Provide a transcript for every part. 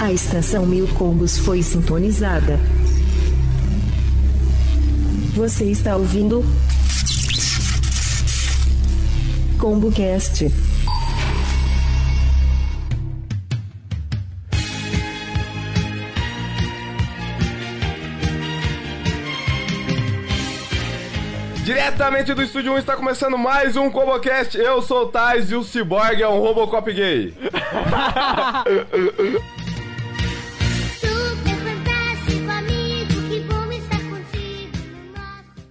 A estação Mil Combos foi sintonizada. Você está ouvindo ComboCast. Diretamente do Estúdio 1 está começando mais um ComboCast. Eu sou o Tais e o Cyborg é um Robocop gay. Super fantástico, amigo, que bom estar contigo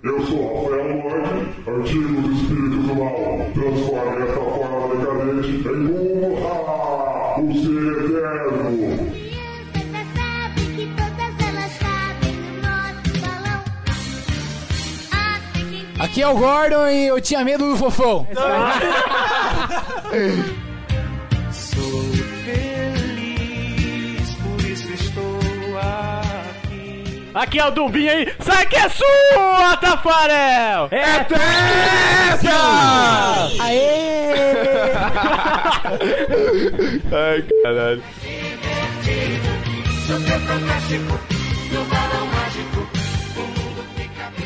no nosso. Eu sou Rafael Morte, artigo do Espírito do Mal. Transforme essa forma decadente em um ah, o ser é eterno. Criança já sabe que todas elas cabem no nosso balão. Até quem tem Aqui é o Gordon e eu tinha medo do fofão. É Sou feliz, por isso estou aqui. Aqui é o Dumbinho aí. Sai que é sua, Tafarel! É Tessa! Aê! Ai, caralho.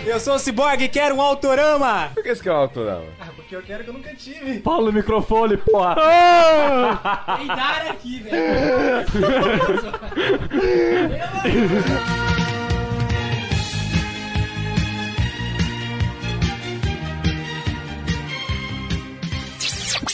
Eu sou o Cyborg e quero um autorama! Por que esse cara é um autorama? Porque eu quero que eu nunca tive. Paulo no microfone, porra! Tem dar aqui, velho. Ah,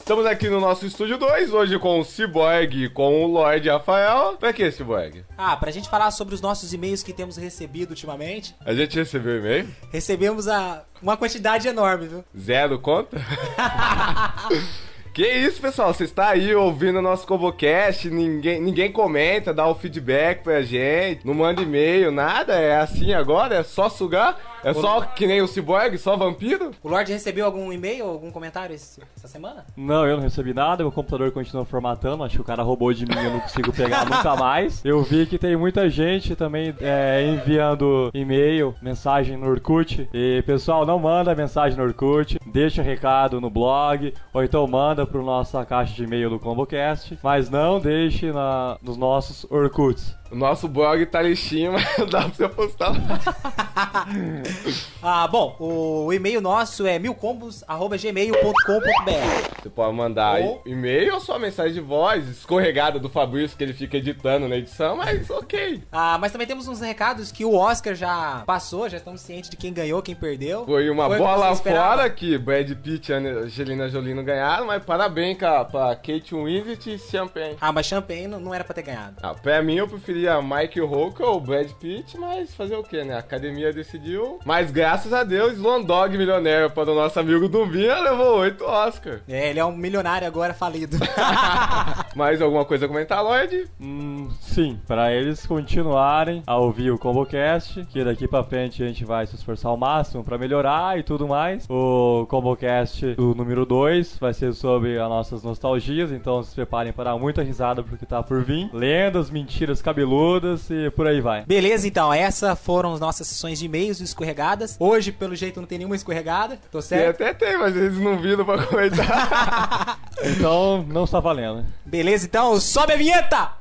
Estamos aqui no nosso Estúdio 2, hoje com o Cyborg e com o Lorde Rafael. Pra que, Cyborg? Ah, pra gente falar sobre os nossos e-mails que temos recebido ultimamente, A gente recebeu e-mail? recebemos a, uma quantidade enorme, viu? Zero conta? Que isso, pessoal, você está aí ouvindo o nosso Cobocast, ninguém, ninguém comenta, dá o feedback pra gente, não manda e-mail, nada, é assim agora, é só sugar, é só que nem o Cyborg, só vampiro? O Lorde recebeu algum e-mail, algum comentário esse- essa semana? Não, eu não recebi nada, meu computador continua formatando, acho que o cara roubou de mim, eu não consigo pegar nunca mais. Eu vi que tem muita gente também é, enviando e-mail, mensagem no Orkut. E pessoal, não manda mensagem no Orkut, deixa um recado no blog, ou então manda pro nossa caixa de e-mail do ComboCast, mas não deixe na- nos nossos Orkuts. O nosso blog tá lixinho, mas dá pra você postar lá. Ah, bom, o, e-mail nosso é milcombos.gmail.com.br. Você pode mandar Ou- e- e-mail ou só mensagem de voz, escorregada do Fabrício que ele fica editando na edição, mas ok. Ah, mas também temos uns recados que o Oscar já passou, já estamos cientes de quem ganhou, quem perdeu. Foi uma o que bola você esperava. fora que Brad Pitt e Angelina Jolie não ganharam, mas parabéns ca- pra Kate Winslet e Champagne. Ah, mas Champagne não não era pra ter ganhado. Ah, pra mim eu preferia Mike Roca ou Brad Pitt, mas fazer o que, né? A academia decidiu. Mas graças a Deus, Londog milionário para o nosso amigo Dumbinha levou oito Oscar. É, ele é um milionário agora falido. Mais alguma coisa a comentar, Lloyd? Hum, sim, para eles continuarem a ouvir o ComboCast, que daqui pra frente a gente vai se esforçar ao máximo para melhorar e tudo mais. O ComboCast do número 2 vai ser sobre as nossas nostalgias, então se preparem para muita risada porque tá por vir. Lendas, mentiras cabeludas e por aí vai. Beleza, então, essas foram as nossas sessões de e-mails escorregadas. Hoje, pelo jeito, não tem nenhuma escorregada, tô E certo? até tem, mas eles não viram pra comentar. Então não está valendo. Beleza, então, sobe a vinheta!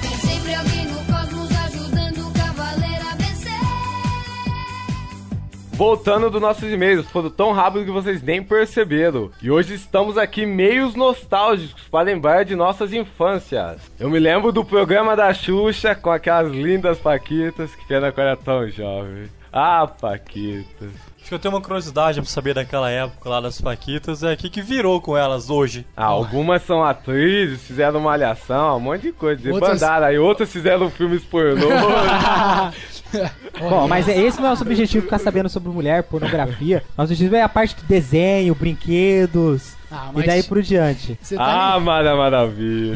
Tem Tá sempre alguém no cosmos ajudando o cavaleiro a vencer. Voltando dos nossos e-mails, foram tão rápidos que vocês nem perceberam. E hoje estamos aqui meios nostálgicos para lembrar de nossas infâncias. Eu me lembro do programa da Xuxa com aquelas lindas Paquitas, que pena que eu era tão jovem. Ah, Paquitas. Acho que eu tenho uma curiosidade pra saber daquela época lá das Paquitas, é o que, que virou com elas hoje. Ah, algumas são atrizes, fizeram malhação, um monte de coisa. Outras- Tá Outras... Bandaram aí, outras fizeram filmes pornô. Bom, mas é- esse não é o nosso objetivo ficar sabendo sobre mulher, pornografia. Nosso objetivo é a parte do desenho, brinquedos Ah, e mas daí por diante. você tá, Ah, mara maravilha.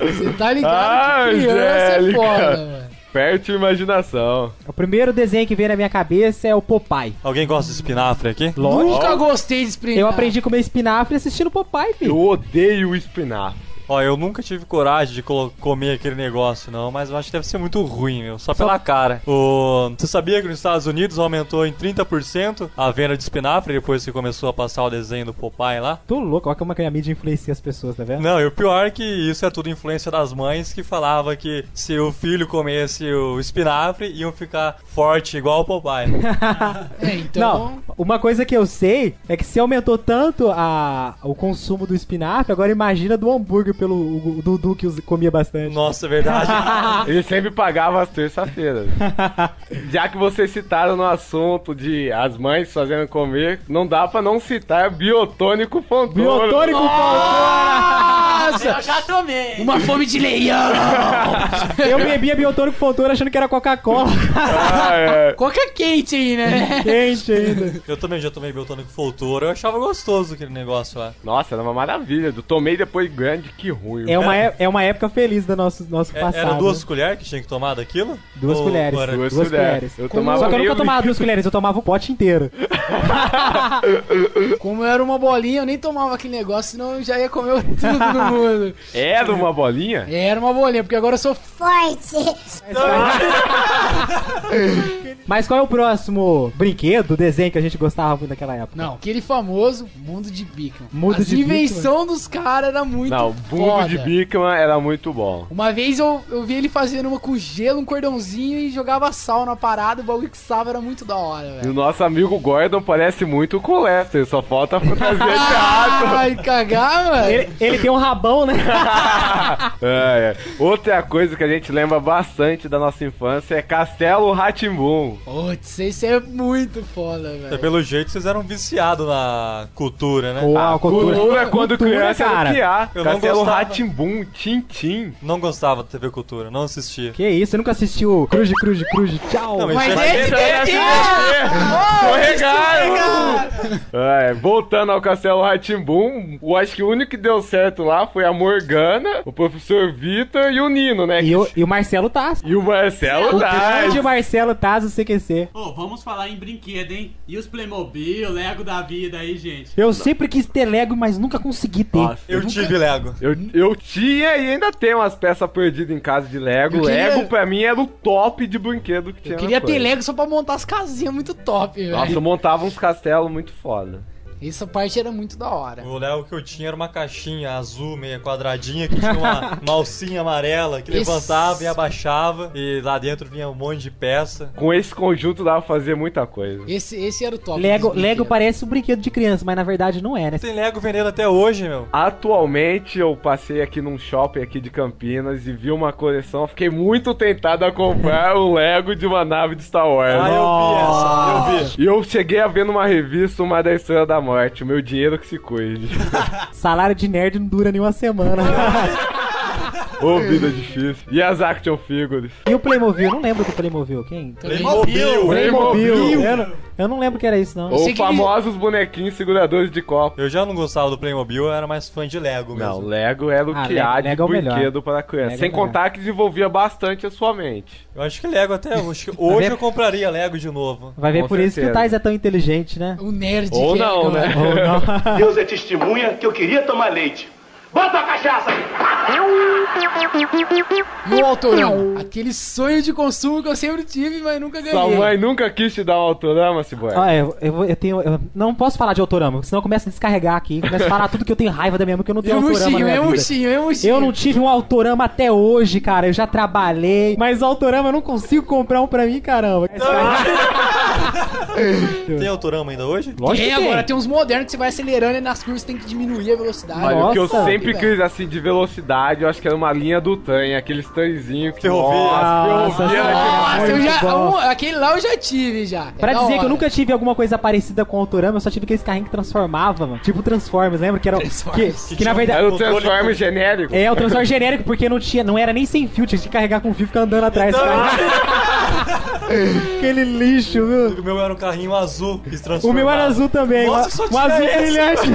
li- você tá ligado Ah, que criança é Angélica. foda, mano. Perte a imaginação. O primeiro desenho que veio na minha cabeça é o Popeye. Alguém gosta de espinafre aqui? Nunca gostei de experimentar. Eu aprendi a comer espinafre assistindo Popeye, filho. Eu odeio o espinafre. Ó, eu nunca tive coragem de colo- comer aquele negócio, não, mas eu acho que deve ser muito ruim, meu. Só pela cara. O... Você sabia que nos Estados Unidos aumentou em 30% a venda de espinafre depois que começou a passar o desenho do Popeye lá? Tô louco, olha como é que a mídia influencia as pessoas, tá vendo? Não, e o pior é que isso é tudo influência das mães que falava que se o filho comesse o espinafre, iam ficar forte igual o Popeye. É, então... Não, uma coisa que eu sei é que se aumentou tanto a, o consumo do espinafre, agora imagina do hambúrguer pelo o, o Dudu que usa- comia bastante. Nossa, é verdade. Ele sempre pagava as terças-feiras. Já que vocês citaram no assunto de as mães fazendo comer, não dá pra não citar biotônico fontura. Biotônico Fontoura! Nossa, Eu já tomei. uma fome de leão! Eu bebia biotônico Fontoura achando que era Coca-Cola. Ah, é. Coca quente aí, né? Quente ainda. eu também já tomei biotônico Foltura, eu achava gostoso aquele negócio lá. Nossa, era uma maravilha. Eu tomei depois grande, que ruim. É uma, é é uma época feliz do nosso, nosso É, passado. Era duas colheres que tinha que tomar daquilo? Duas Ou é colheres. era- Duas duas colheres. colheres. Eu Como- tomava Só que eu nunca meio tomava duas colheres, eu tomava o pote inteiro. Como eu era uma bolinha, eu nem tomava aquele negócio, senão eu já ia comer tudo no mundo. Era uma bolinha? Era uma bolinha, porque agora eu sou Forte. Mas qual é o próximo brinquedo, desenho que a gente gostava muito naquela época? Não, aquele famoso mundo de Bigman. Mundo As de invenção dos caras era É muito não, o foda. bumbo de Bikman era muito bom. Uma vez eu, eu vi ele fazendo uma com gelo, um cordãozinho e jogava sal na parada, o bagulho que salva era muito da hora, É. E o velho. nosso amigo Gordon parece muito com o Lester, só falta a fantasia de rato. Ah, vai cagar, velho. Ele, ele tem um rabão, né? É, é. Outra coisa que a gente lembra bastante da nossa infância é Castelo Ratimbum. Putz, isso é muito foda, É, velho. pelo jeito vocês eram viciados na cultura, né? Uau, Cultura, Ah, é quando criança né, cara. era piá. Eu não Castelo gostava. Ratimbum, Tintim. Não gostava da TV Cultura, não assistia. Que isso, você nunca assistiu Cruz, Cruz, Cruz, tchau. Não, Mas isso é- esse daqui É, voltando ao Castelo Ratimbum, eu acho que o único que deu certo lá foi a Morgana, o professor Vitor e o Nino, né? E, o, e o Marcelo Taz. E o Marcelo O grande Daz. Marcelo Taz, o CQC. Ô, vamos falar em brinquedo, hein? E os Playmobil, Lego da vida aí, gente? Eu sempre quis ter Lego, mas nunca consegui ter. Nossa, Eu tive Lego. Eu, eu tinha e ainda tenho umas peças perdidas em casa de Lego. Eu queria- Lego pra mim era o top de brinquedo que tinha. Eu na queria ter coisa. Lego só pra montar as casinhas muito top, Nossa, velho. eu montava uns castelos muito foda. Essa parte era muito da hora. O Lego que eu tinha era uma caixinha azul, meia quadradinha, que tinha uma malcinha amarela que Isso. levantava e abaixava. E lá dentro vinha um monte de peça. Com esse conjunto dava pra fazer muita coisa. Esse, esse era o top. Lego, dos Lego brinquedos. parece um brinquedo de criança, mas na verdade não é, né? Tem Lego vendendo até hoje, meu. Atualmente eu passei aqui num shopping aqui de Campinas e vi uma coleção. Fiquei muito tentado a comprar um Lego de uma nave de Star Wars. Ah, eu vi essa, eu vi. E eu cheguei a ver numa revista uma da Estrela da Morte, o meu dinheiro que se cuide. Salário de nerd não dura nem uma semana. Ô, vida difícil. E as action figures. e o Playmobil? Eu não lembro do Playmobil. Quem? Playmobil! Playmobil. Eu não, eu não lembro que era isso, não. Ou sei que famosos bonequinhos seguradores de copo. Eu já não gostava do Playmobil, eu era mais fã de Lego mesmo. Não, Lego era o Ah, que Lego- há de Lego é o melhor. brinquedo para criança. Lego é Sem o melhor. contar que desenvolvia bastante a sua mente. Eu acho que Lego até hoje. Hoje eu compraria Lego de novo. Vai ver Com por isso que o certeza. Tais é tão inteligente, né? O nerd Ou que não, né? mano. Ou não. Deus é testemunha que eu queria tomar leite. Bota a cachaça! E o autorão? Aquele sonho de consumo que eu sempre tive, mas nunca ganhei. Sua mãe nunca quis te dar um autorama, Cibor. Ah, eu, eu, vou- eu tenho. eu não posso falar de autorama, senão eu começo a descarregar aqui. Começo a falar tudo que eu tenho raiva da minha mãe, que eu não E tenho o autorama. na murchinho, minha e o vida. murchinho, e o murchinho. Eu não tive um autorama até hoje, cara. Eu já trabalhei. Mas autorama eu não consigo comprar um pra mim, caramba. Tem autorama ainda hoje? Lógico tem, que tem. agora tem uns modernos que você vai acelerando e nas curvas tem que diminuir a velocidade. Olha, o que eu Nossa, sempre Ah, que quis, assim, de velocidade, eu acho que era uma linha do trem, aqueles trenzinhos que... Ferrovia. Nossa, ferrovia. né? Nossa, Nossa, eu Muito já, bom. um- aquele lá eu já tive já. É Pra da dizer que hora. eu nunca tive alguma coisa parecida com o Autorama, eu só tive aqueles carrinhos que transformava, mano. Tipo Transformers, lembra? Que era. Transformers. Que, que na Era verdade. o Transformer genérico. É, o Transformer genérico, porque não tinha. Não era nem sem fio, tinha que carregar com fio e ficar andando atrás. Aquele lixo, viu? O meu era um carrinho azul que se transformava. O meu era azul também, Nossa, um- só um tinha azul esse. brilhante.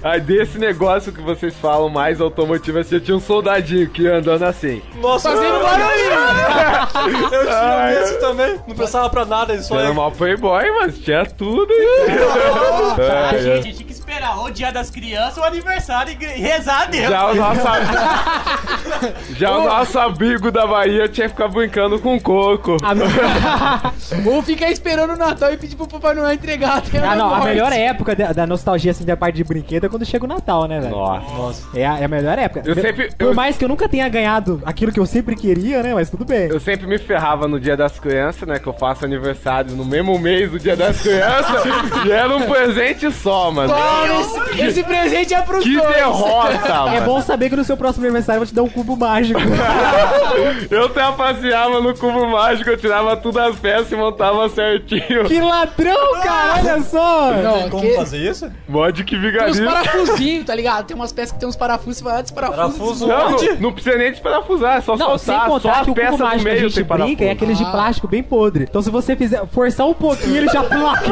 Aí desse negócio que vocês falam mais automotivo, assim, eu tinha um soldadinho que ia andando assim. Nossa, Fazendo eu- barulhinho. Eu tinha um esse também. Não pensava pra nada, ele só Era ia... mal playboy, mas tinha tudo. A É, gente tinha que esperar ou o dia das crianças ou o aniversário e gre- rezar a Deus. Já o nosso amigo, já o nosso amigo da Bahia tinha que ficar brincando com coco. A me- Ou ficar esperando o Natal e pedir pro Papai Noel entregar até Ah, não, a morte. melhor época da, da nostalgia, assim, da parte de brinquedo é quando chega o Natal, né, velho? Nossa. Nossa. É a, é a melhor época. Eu Me- sempre- Por eu- mais que eu nunca tenha ganhado aquilo que eu sempre queria, né? Mas tudo bem. Eu sempre me ferrava no dia das crianças, né? Que eu faço aniversário no mesmo mês do dia das crianças. e era um presente só, mano. Olha, esse, esse presente é pros Que dois. derrota, É mano. bom saber que no seu próximo aniversário eu vou te dar um cubo mágico. Eu trapaceava no cubo mágico, eu tirava tudo as peças e montava certinho. que ladrão, cara! Olha só! Não, Como que... fazer isso? Mod que Tem uns vigarista. parafusinhos, tá ligado? Tem umas peças que tem uns parafusos, você vai lá desparafusa. Parafuso. Não, Onde? não, não precisa nem desparafusar, é só Não, sem soltar, só contar que a o cubo peça do mágico que a meio gente tem parafuso. brinca é aqueles de Ah. plástico bem podre. Então se você fizer forçar um pouquinho, ele já placa.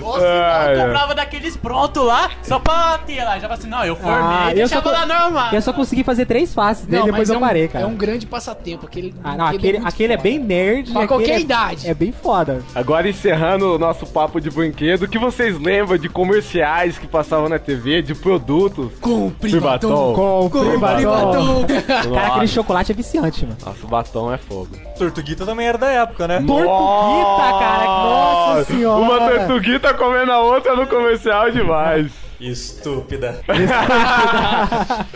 Ou se não, Ai, eu ai. comprava daqueles pronto lá, só pra ter lá. Já falava assim, não, eu formei, Ah, eu só deixava lá co- normal. eu só consegui fazer três faces dele, Não, depois mas eu é um- parei, cara. É um grande passatempo. Aquele, Ah, não, aquele, muito aquele é foda. bem nerd. Pra aquele qualquer é- idade. É bem foda. Agora encerrando o nosso papo de brinquedo, o que vocês lembram de comerciais que passavam na TV, de produtos? Compre batom. batom. Compre Compre batom. batom. Cara, aquele chocolate é viciante, mano. Nossa, o batom é fogo. Tortuguita também era da época, né? Tortuguita, cara. Nossa senhora. Uma tortuguita comendo a outra no comercial demais. Estúpida.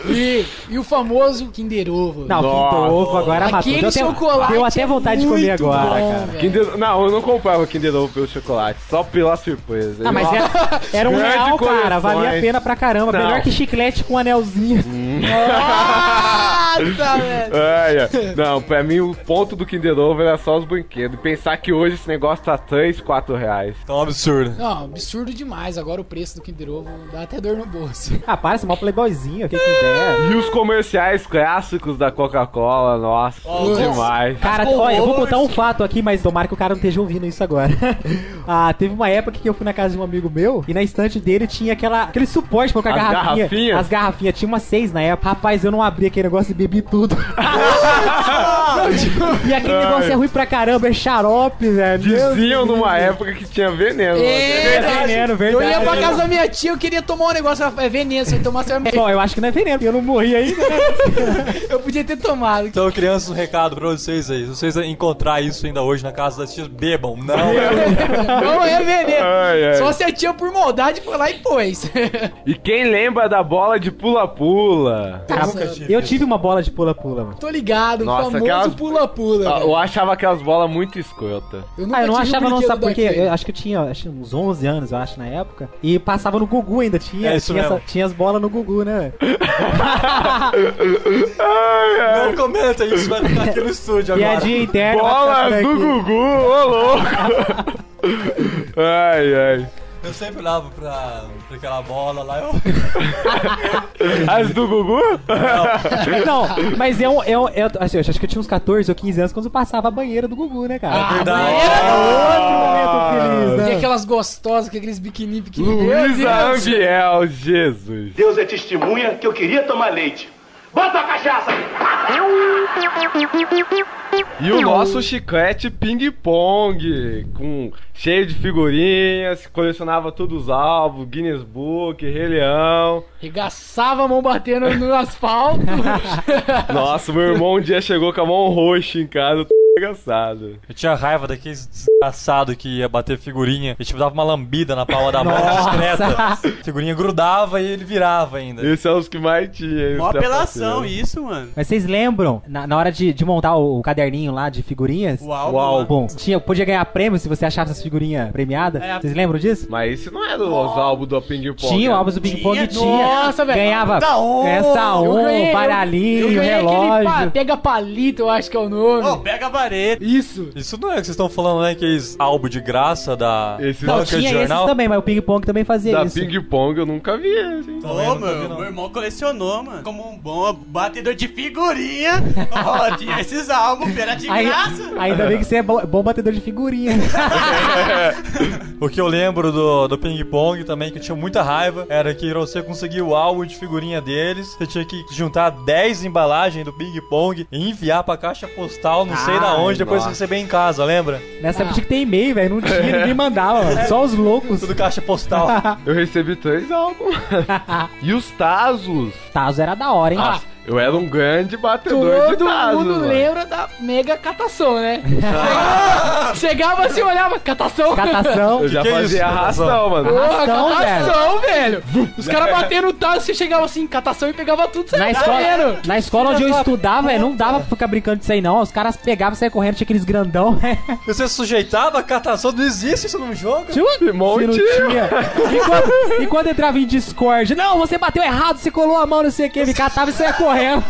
E, e o famoso Kinder Ovo. Não, tá Nossa. Kinder Ovo agora matou. Aquele Deu até, chocolate deu até é vontade de comer muito agora, bom, cara. velho. Kinder- Não, eu não comprava Kinder Ovo pelo chocolate, só pela surpresa. Ah, mas Eu- era, era um Grande real, cara. coleção, Valia a hein? pena pra caramba. Não. Hum. Melhor que chiclete com anelzinho. Nossa, velho. Ai, ai. É, Não, pra mim o ponto do Kinder Ovo era só os brinquedos. E Pensar que hoje esse negócio tá 3, 4 reais. Tá um absurdo. Não, absurdo demais. Agora o preço do Kinder Ovo dá até dor no bolso. Ah, parece mó playboyzinho, o que que der. E os comerciais clássicos da Coca-Cola, nossa, demais. Cara, olha, eu vou contar um fato aqui, mas tomara que o cara não esteja ouvindo isso agora. ah, teve uma época que eu fui na casa de um amigo meu e na estante dele tinha aquela, aquele suporte pra colocar As garrafinha. garrafinhas? As garrafinhas, tinha umas seis na época. Rapaz, eu não abri aquele negócio e bebi tudo. e aquele negócio é ruim pra caramba, é xarope, velho. Diziam numa época que tinha veneno. É veneno, Eu verdade. ia pra casa da minha tia, eu queria tomar um negócio. ela falou, É veneno, se eu tomar, você vai morrer." Bom, eu acho que não é veneno, porque eu não morri ainda. Eu podia ter tomado. Então, crianças, um recado pra vocês aí. Se vocês encontrar isso ainda hoje na casa das tias, bebam. Não, Não é veneno. Ai, ai. Só se a tia, por maldade, foi lá e pôs. E quem lembra da bola de pula-pula? eu nunca tive. Eu isso. tive uma bola de pula-pula, mano. Tô ligado, Nossa, o famoso aquelas- pula-pula. Ah, velho. Eu achava aquelas bolas muito escrotas. nunca Ah, eu não tive um achava não, brinquedo sabe por quê? daquele. Eu acho que eu tinha acho, que uns 11 anos, eu acho, na época. E passava no Gugu ainda, tinha, É isso tinha, mesmo. essa- tinha as bolas no Gugu, né? Não comenta isso, vai ficar aqui no estúdio E agora. a de interna. vai Bolas ficar do por aqui. Gugu, ô louco! ai, ai. Eu sempre olhava pra, pra aquela bola lá. Eu... As do Gugu? Não, mas eu, eu, eu, assim, eu acho que eu tinha uns 14 ou 15 anos quando eu passava a banheira do Gugu, né, cara? Ah, Verdade. mas era Outro momento feliz, E é né? aquelas gostosas, com aqueles biquininhos pequenininhos. Luísa Ambiel, Jesus. Deus é testemunha que eu queria tomar leite. Bota a cachaça! E o nosso chiclete ping-pong, com cheio de figurinhas, colecionava todos os alvos, Guinness Book, Rei Leão. Regaçava a mão batendo no asfalto. Nossa, meu irmão um dia chegou com a mão roxa em casa, eu tô engraçado. Eu tinha raiva daqueles Engraçado que ia bater figurinha. Ele tipo dava uma lambida na palma da mão discreta. Figurinha grudava e ele virava ainda. Esses são é os que mais tinha. é Mó apelação isso, mano. Mas vocês lembram, na, na hora de, de montar o, o caderninho lá de figurinhas? O álbum, O álbum. né? Bom, tinha, podia ganhar prêmio se você achasse essa figurinha premiada. É. Vocês lembram disso? Mas isso não era os álbuns do Ping Pong. Tinha um o álbum do Ping Pong, Tinha? tinha. Nossa, velho. Ganhava Da um, onde? Eu ganhei, eu- baralhinho, eu ganhei aquele pa- relógio. pega palito, eu acho que é o nome. pega a vareta. Isso. Isso não é o que vocês estão falando, né? Aqueles álbum de graça da Não, banca de tinha esses jornal. também, mas o Ping Pong também fazia Da É isso. Ping Pong eu nunca vi. assim. Ô, meu, meu irmão colecionou, mano. Como um bom batedor de figurinha. Ó, tinha esses álbuns, era de Ai- graça. Ainda bem que você é bo- bom batedor de figurinha. O que eu lembro do, do Ping Pong também, que eu tinha muita raiva, era que pra você conseguir o álbum de figurinha deles, você tinha que juntar 10 embalagens do Ping Pong e enviar pra caixa postal, não sei da onde, depois nossa. você receber em casa, lembra? Nessa época tinha que ter e-mail, velho. Não tinha, ninguém mandava. mano. Só os loucos. Tudo caixa postal. Eu recebi três álbuns. e os Tazos? Tazo era da hora, hein? Ah, eu era um grande batedor de Todo Tazos. mundo mano. lembra da mega catação, né? Chegava assim, olhava, catação. Catação. Eu já que é fazia isso, arrastão, Tazão? mano. Ah. Porra, Arrastão, catação, velho. Os caras bateram o tazo, você chegava assim, catação e pegava tudo, você Na era escola, maneiro. na escola onde eu Filha da estudava, velho, não dava pra ficar brincando disso aí, não. Os caras pegavam, saiam correndo, tinha aqueles grandão, né? Você sujeitava a catação, não existe isso num jogo. Tinha um- Que monte. se não tinha. E quando, e quando entrava em Discord, não, você bateu errado, você colou a mão, não sei o que, me catava e saia correndo.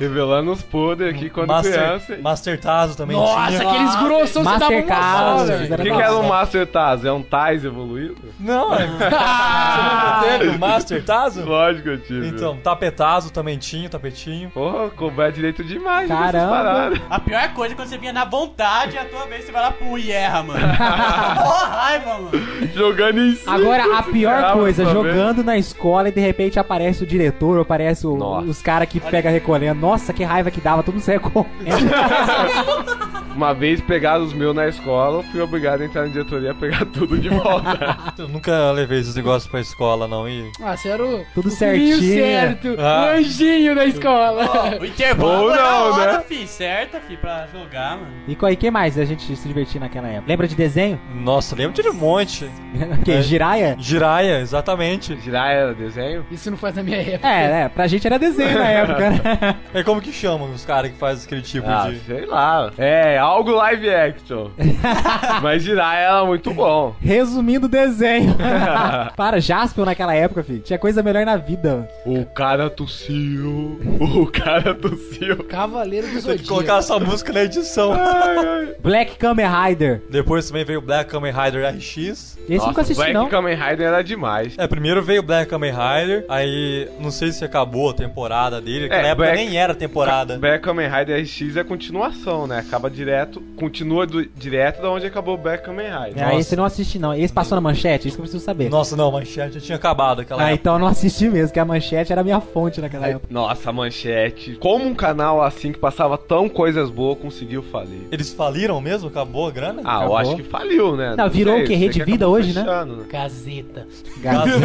Revelando os podres aqui quando criança. Master, Master Tazo também Nossa, tinha. aqueles grossão, Então você dava um uma Mastercard, só, vocês velho. O que, que era um Master Taz? É um Taz evoluído? Não, é- você Ah! nunca teve o Master Tazo? Lógico que eu tive. Então, tapetazo também tinha, tapetinho. Porra, cobrar direito demais dessas Caramba. paradas. A pior coisa é quando você vinha na vontade e a tua vez você vai lá pro e erra, mano. Porra, raiva, mano. Jogando em cima. Agora, a pior Caramba, coisa, tá jogando na escola e de repente aparece o diretor, ou aparece o- Nossa. os caras que pega recolhendo. Nossa, que raiva que dava, todo mundo saia correndo. vendo? Uma vez pegaram os meus na escola, eu fui obrigado a entrar na diretoria e pegar tudo de volta. Eu nunca levei esses negócios pra escola, não. E Ah, você era o, Tudo o filhinho certinho. certo, Ah. o anjinho da escola. O intervalo Ou era a não, hora, né? fi, certa, fi, pra jogar, mano. E o que mais a gente se divertia naquela época? Lembra de desenho? Nossa, lembro de um monte. É. que? Jiraya? Jiraya? Exatamente. Girar era desenho? Isso não faz na minha época. É, né? Pra gente era desenho na época, né? É como que chamam os caras que fazem aquele tipo Ah, de. sei lá. É, algo live action. Mas girar era muito bom. Resumindo o desenho. Para, Jaspion naquela época, filho. Tinha coisa melhor na vida. O cara tossiu. O cara tossiu. Cavaleiro do Tem que Zodíaco. colocar essa música na edição. Black Kamen Rider. Depois também veio Black Kamen Rider RX. Esse eu nunca assisti, Black não. Kamen Rider era demais. É, primeiro veio Black Kamen Rider, aí não sei se acabou a temporada dele, naquela época É, Black- nem era temporada. Black Kamen Rider RX é continuação, né? Acaba direto, continua do- direto da onde acabou o Black Kamen Rider. Ah, Nossa. esse eu não assisti, não. Esse passou na manchete, isso que eu preciso saber. Nossa, não, manchete já tinha acabado aquela Ah, época. então eu não assisti mesmo, que a manchete era a minha fonte naquela época. Nossa, manchete. Como um canal assim que passava tão coisas boas conseguiu falir? Eles faliram mesmo? Acabou a grana? Ah, eu Acabou. acho que faliu, né? Não, virou o quê? sei Rede acabou Vida hoje, né? fechando, Gazeta. Gazeta.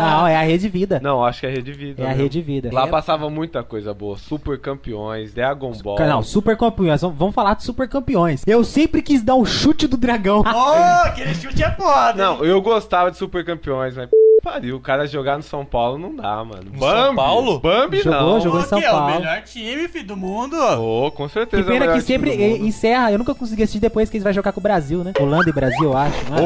não, é a Rede Vida. Não, acho que é Rede Vida. é a mesmo. Rede Vida. Lá passava muita coisa boa. Super Campeões, Dragon Ball. Não, super campeões. Vamos vamos falar de super campeões. Eu sempre quis dar o chute do dragão. Ah, Oh, aquele chute é foda. hein? Não, eu gostava de Super Campeões, mas p- pariu, o cara jogar no São Paulo não dá, mano. No São Paulo? Bambi Jogou, não. jogou. em Pô, São que é Paulo. o melhor time, fi, do mundo. Jogou, com Que certeza. é o pena melhor que time sempre do mundo. eh, encerra. Eu nunca consegui assistir depois que eles vão jogar com o Brasil, né? Holanda e Brasil, eu acho. né?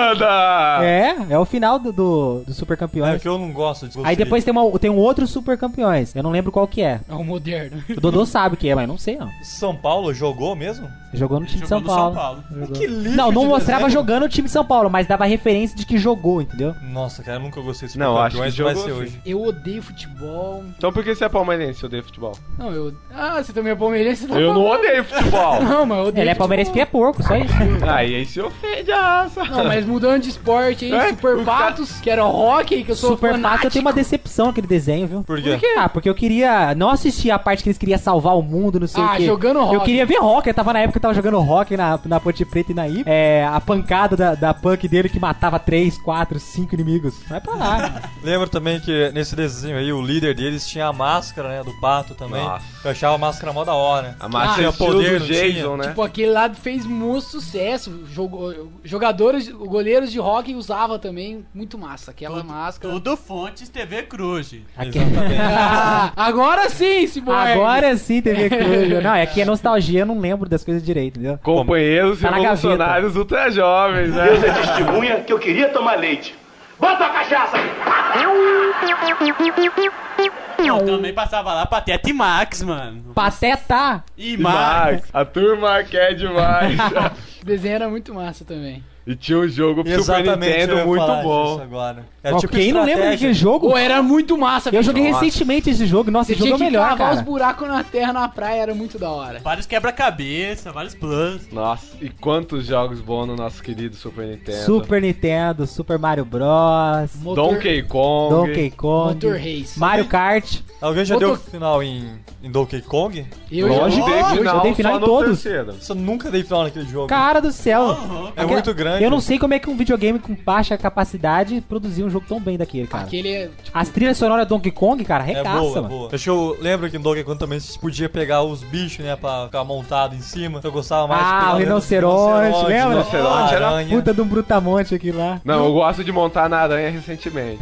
Holanda! É, é o final do, do, do Super É Campeões. que eu não gosto de Aí depois tem, uma, tem um outro Super Campeões. Eu não lembro qual que é. É o moderno. O Dodô sabe o que é, mas não sei não. São Paulo jogou mesmo? Jogou no time de Jogou São Paulo. no São Paulo. é. Jogou. Que lixo Não, não de mostrava desenho. jogando o time de São Paulo, mas dava referência de que jogou, entendeu? Nossa, cara, eu nunca gostei desse Não, acho que vai jogou ser sim. hoje. Eu odeio futebol. Então por que você é palmeirense, eu odeio futebol? Não, eu. Ah, você também é palmeirense? Você tá Eu não falando. odeio futebol! Ah, Não, mas eu odeio. Ele é palmeirense porque é porco, só isso. Aí aí se ofende a raça. futebol. Não, mas mudando de esporte aí, É, Super o cara- Patos, que era hockey, que eu sou Super Pato, eu fanático. tenho uma decepção aquele desenho, viu? Por quê? Ah, porque eu queria. Não assistir a parte que eles queriam salvar o mundo, não sei Ah, o quê. jogando Eu rock. queria ver rock. Eu tava na época que eu tava jogando rock na, na Ponte Preta e na I. É, a pancada da, da punk dele que matava 3, 4, 5 inimigos. Deus. Vai pra lá. Lembro também que nesse desenho aí, o líder deles tinha a máscara, né? Do pato também. Nossa. Eu achava a máscara mó da hora. A máscara Ah, tinha estilo poder, do não tinha. Jason, né? Tipo, aquele lá fez muito sucesso. Jogo- jogadores, goleiros de hockey usava também. Muito massa. Aquela máscara. Tudo fontes TV Cruz. Ah, agora sim, Cyborg. Agora sim, TV Cruz. Não, é que é nostalgia, eu não lembro das coisas direito, entendeu? Companheiros Tá na revolucionários ultra jovens, né? Deus é testemunha que eu queria tomar leite. Bota a cachaça! Eu também passava lá Pateta e Max, mano. tá. Pateta! E E Max. Max, a turma quer demais. Esse desenho era muito massa também. e tinha um jogo pro Super Exatamente, eu Nintendo ia muito falar bom. disso agora. É Ó, tipo quem não lembra estratégia. daquele jogo? Pô, era muito massa. Eu bicho. joguei recentemente esse jogo. Nossa, Você esse jogo é tinha o que melhor, cavar os cara. buracos na terra, na praia. Era muito da hora. Vários quebra-cabeça, vários planos. Nossa, e quantos jogos bons no nosso querido Super Nintendo. Super Nintendo, Super Mario Bros, Motor- Donkey Kong. Donkey Kong, Motor Race. Mario Kart. Alguém já Outro- deu final em, em Donkey Kong? Eu Lógico, joguei. dei eu final, dei final só em no todos. terceiro. Nossa, Eu nunca dei final naquele jogo. Cara do céu. é Aquela- muito grande. Eu não sei como é que um videogame com baixa capacidade produziu um jogo tão bem daquele, cara. Aquele é, tipo, As trilhas sonoras Donkey Kong, cara, É recaça, boa, é mano. boa. Acho que eu lembro que no Donkey Kong também você podia pegar os bichos, né, pra ficar montado em cima. Eu gostava mais de Ah, pegar o rinoceronte, lembra? Rinoceronte era aranha. Puta de um brutamonte aqui lá. Não, eu gosto de montar na aranha recentemente.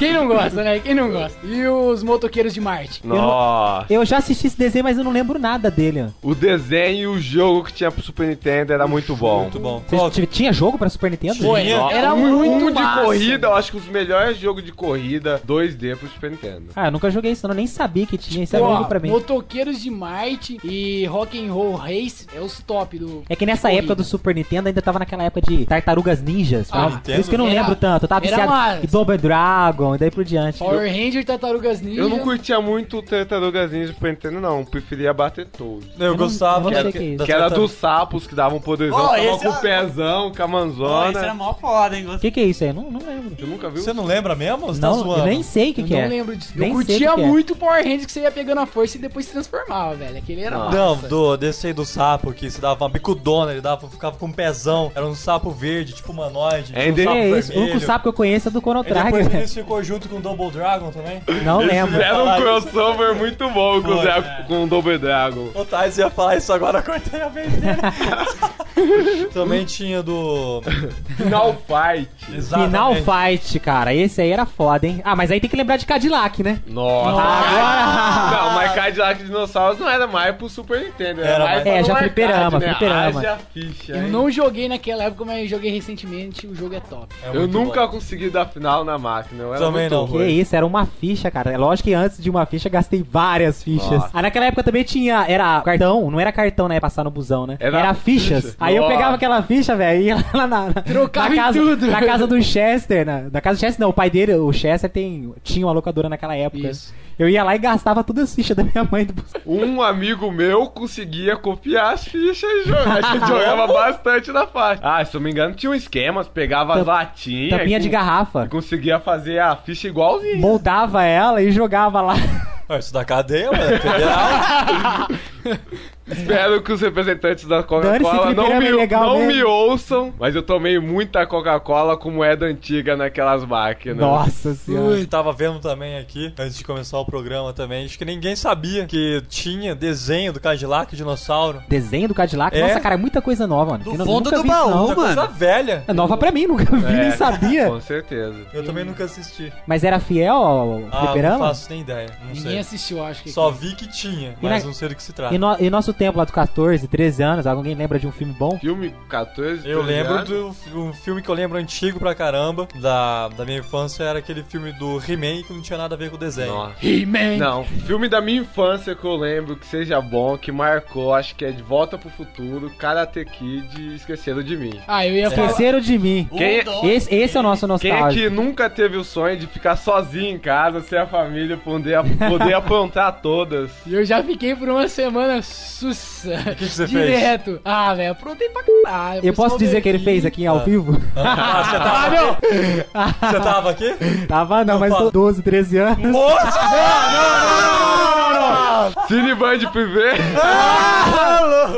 Quem não gosta, né? Quem não gosta? E os motoqueiros de Marte? Nossa. Eu já assisti esse desenho, mas eu não lembro nada dele. ó. O desenho e o jogo que tinha pro Super Nintendo era muito bom. Muito bom. Vocês Qual- t- tinha jogo pra Super Nintendo? Tinha. Foi, era um, muito um de massa. corrida, eu acho que os melhores jogos de corrida 2D pro Super Nintendo. Ah, eu nunca joguei isso, não. Eu nem sabia que tinha. Isso era Pô, novo pra mim. Motoqueiros de Marte e Rock and Roll Race é os top do. É que nessa de época do corrida. Super Nintendo ainda tava naquela época de Tartarugas Ninjas. Ah, tá? Por isso que eu não Era- lembro tanto. Eu tava era viciado uma- em Double Dragon e daí por diante. Power Ranger, Tartarugas Ninja. Eu não curtia muito o Tartarugas Ninja pro Super Nintendo, não. Eu Preferia bater todos. Eu, não- gostava eu não sei da- que é isso. da Que era tartaruga. dos sapos que davam um poderzão, Oh, tava esse com era- o pezão, com a Pô, isso manzona. era mó foda, hein? O que, que é isso aí? Eu Não, não lembro. Você nunca viu? Você não lembra mesmo? Você tá não, zoando? eu nem sei o que, Eu que não é. lembro disso. Nem eu sei o que curtia que é. muito Power Ranger que você ia pegando a força e depois se transformava, velho. Aquele era massa. Não, do, desse aí do sapo que se dava uma bicudona, ele dava, ficava com um pezão. Era um sapo verde, tipo humanoide. É, tinha um É sapo isso. O único vermelho. sapo que eu conheço é do Chrono E depois Trigger. eles ficou junto com o Double Dragon também. Não lembro. Era um crossover muito bom com, o Foi, Dra- com o Double Dragon. O Thais ia falar isso agora, eu cortei a vez dele. também tinha do. Final Fight. Final Exatamente. É Fight, cara. Esse aí era foda, hein? Ah, mas aí tem que lembrar de Cadillac, né? Nossa. Agora... Não, mas Cadillac Dinossauros não era mais pro Super Nintendo. Era, Era mais mais- É, pra já no fliperama, arcade, né? fliperama. Haja ficha, Eu hein? não joguei naquela época, mas joguei recentemente. O jogo é top. É Eu muito nunca bom. consegui dar final na máquina. Eu era Também muito não. Que ruim. isso, era uma ficha, cara. É lógico que antes de uma ficha gastei várias fichas. Nossa. Aí naquela época também tinha. Era cartão, não era cartão, né? Passar no busão, né? Era Era, fichas. ficha. Aí eu Nossa. pegava aquela ficha, velho, e ia lá na. na Trocava na em casa, tudo. Na casa do Chester, né? Na casa do Chester, não. O pai dele, o Chester, tem, tinha uma locadora naquela época. Isso. Eu ia lá e gastava todas as fichas da minha mãe do busão. Um amigo meu conseguia copiar as fichas e jogar. A gente jogava bastante na faixa. Ah, se eu não me engano, tinha um esquema. Você pegava as Tamp- latinhas. Tampinha e de con- garrafa. E conseguia fazer a ficha igualzinha. Moldava ela e jogava lá. Ah, Isso da cadeia, mano. é Federal. Espero que os representantes da Dane-se, Coca-Cola não, fliperama me, é legal não mesmo. me ouçam, mas eu tomei muita Coca-Cola com moeda antiga naquelas máquinas. Nossa senhora. Eu tava vendo também aqui, antes de começar o programa também, acho que ninguém sabia que tinha desenho do Cadillac dinossauro. Desenho do Cadillac. É. Nossa, cara, é muita coisa nova, mano. Do Eu nu- fundo nunca do vi isso, baú, não. Muita coisa velha. É nova pra mim, nunca vi, nem sabia. Com certeza. Eu também nunca assisti. Mas era fiel ao Ah, não fliperama? faço nem ideia. Não Ninguém sei. assistiu, acho que. Só vi que tinha, E mas na- não sei do que se trata. E, no, e nosso tempo lá dos 14, 13 anos, alguém lembra de um filme bom? Filme 14. 13 Eu lembro anos. do fi- um filme que eu lembro antigo pra caramba, da, da minha infância, era aquele filme do He-Man que não tinha nada a ver com o desenho. Nossa. He-Man. Não, filme da minha infância que eu lembro que seja bom, que marcou, acho que é De Volta pro Futuro, Karate Kid e Esqueceram de Mim. Ah, eu ia falar. Esqueceram de mim. Quem- Um, dois, Esse, esse é o nosso Quem é que nostálgico. nunca teve o sonho de ficar sozinho em casa, sem a família, poder, poder aprontar todas? E eu já fiquei por uma semana sussa. O que que você fez? Direto. Ah, velho, aprontei pra caralho. Eu posso dizer que ele fez aqui ao vivo? Ah, você Ah, tava, não! você tava aqui? Tava não, mas fala. tô 12, 13 anos. Nossa! Não, não, não, não, não, não, não, não. Cineband Privé.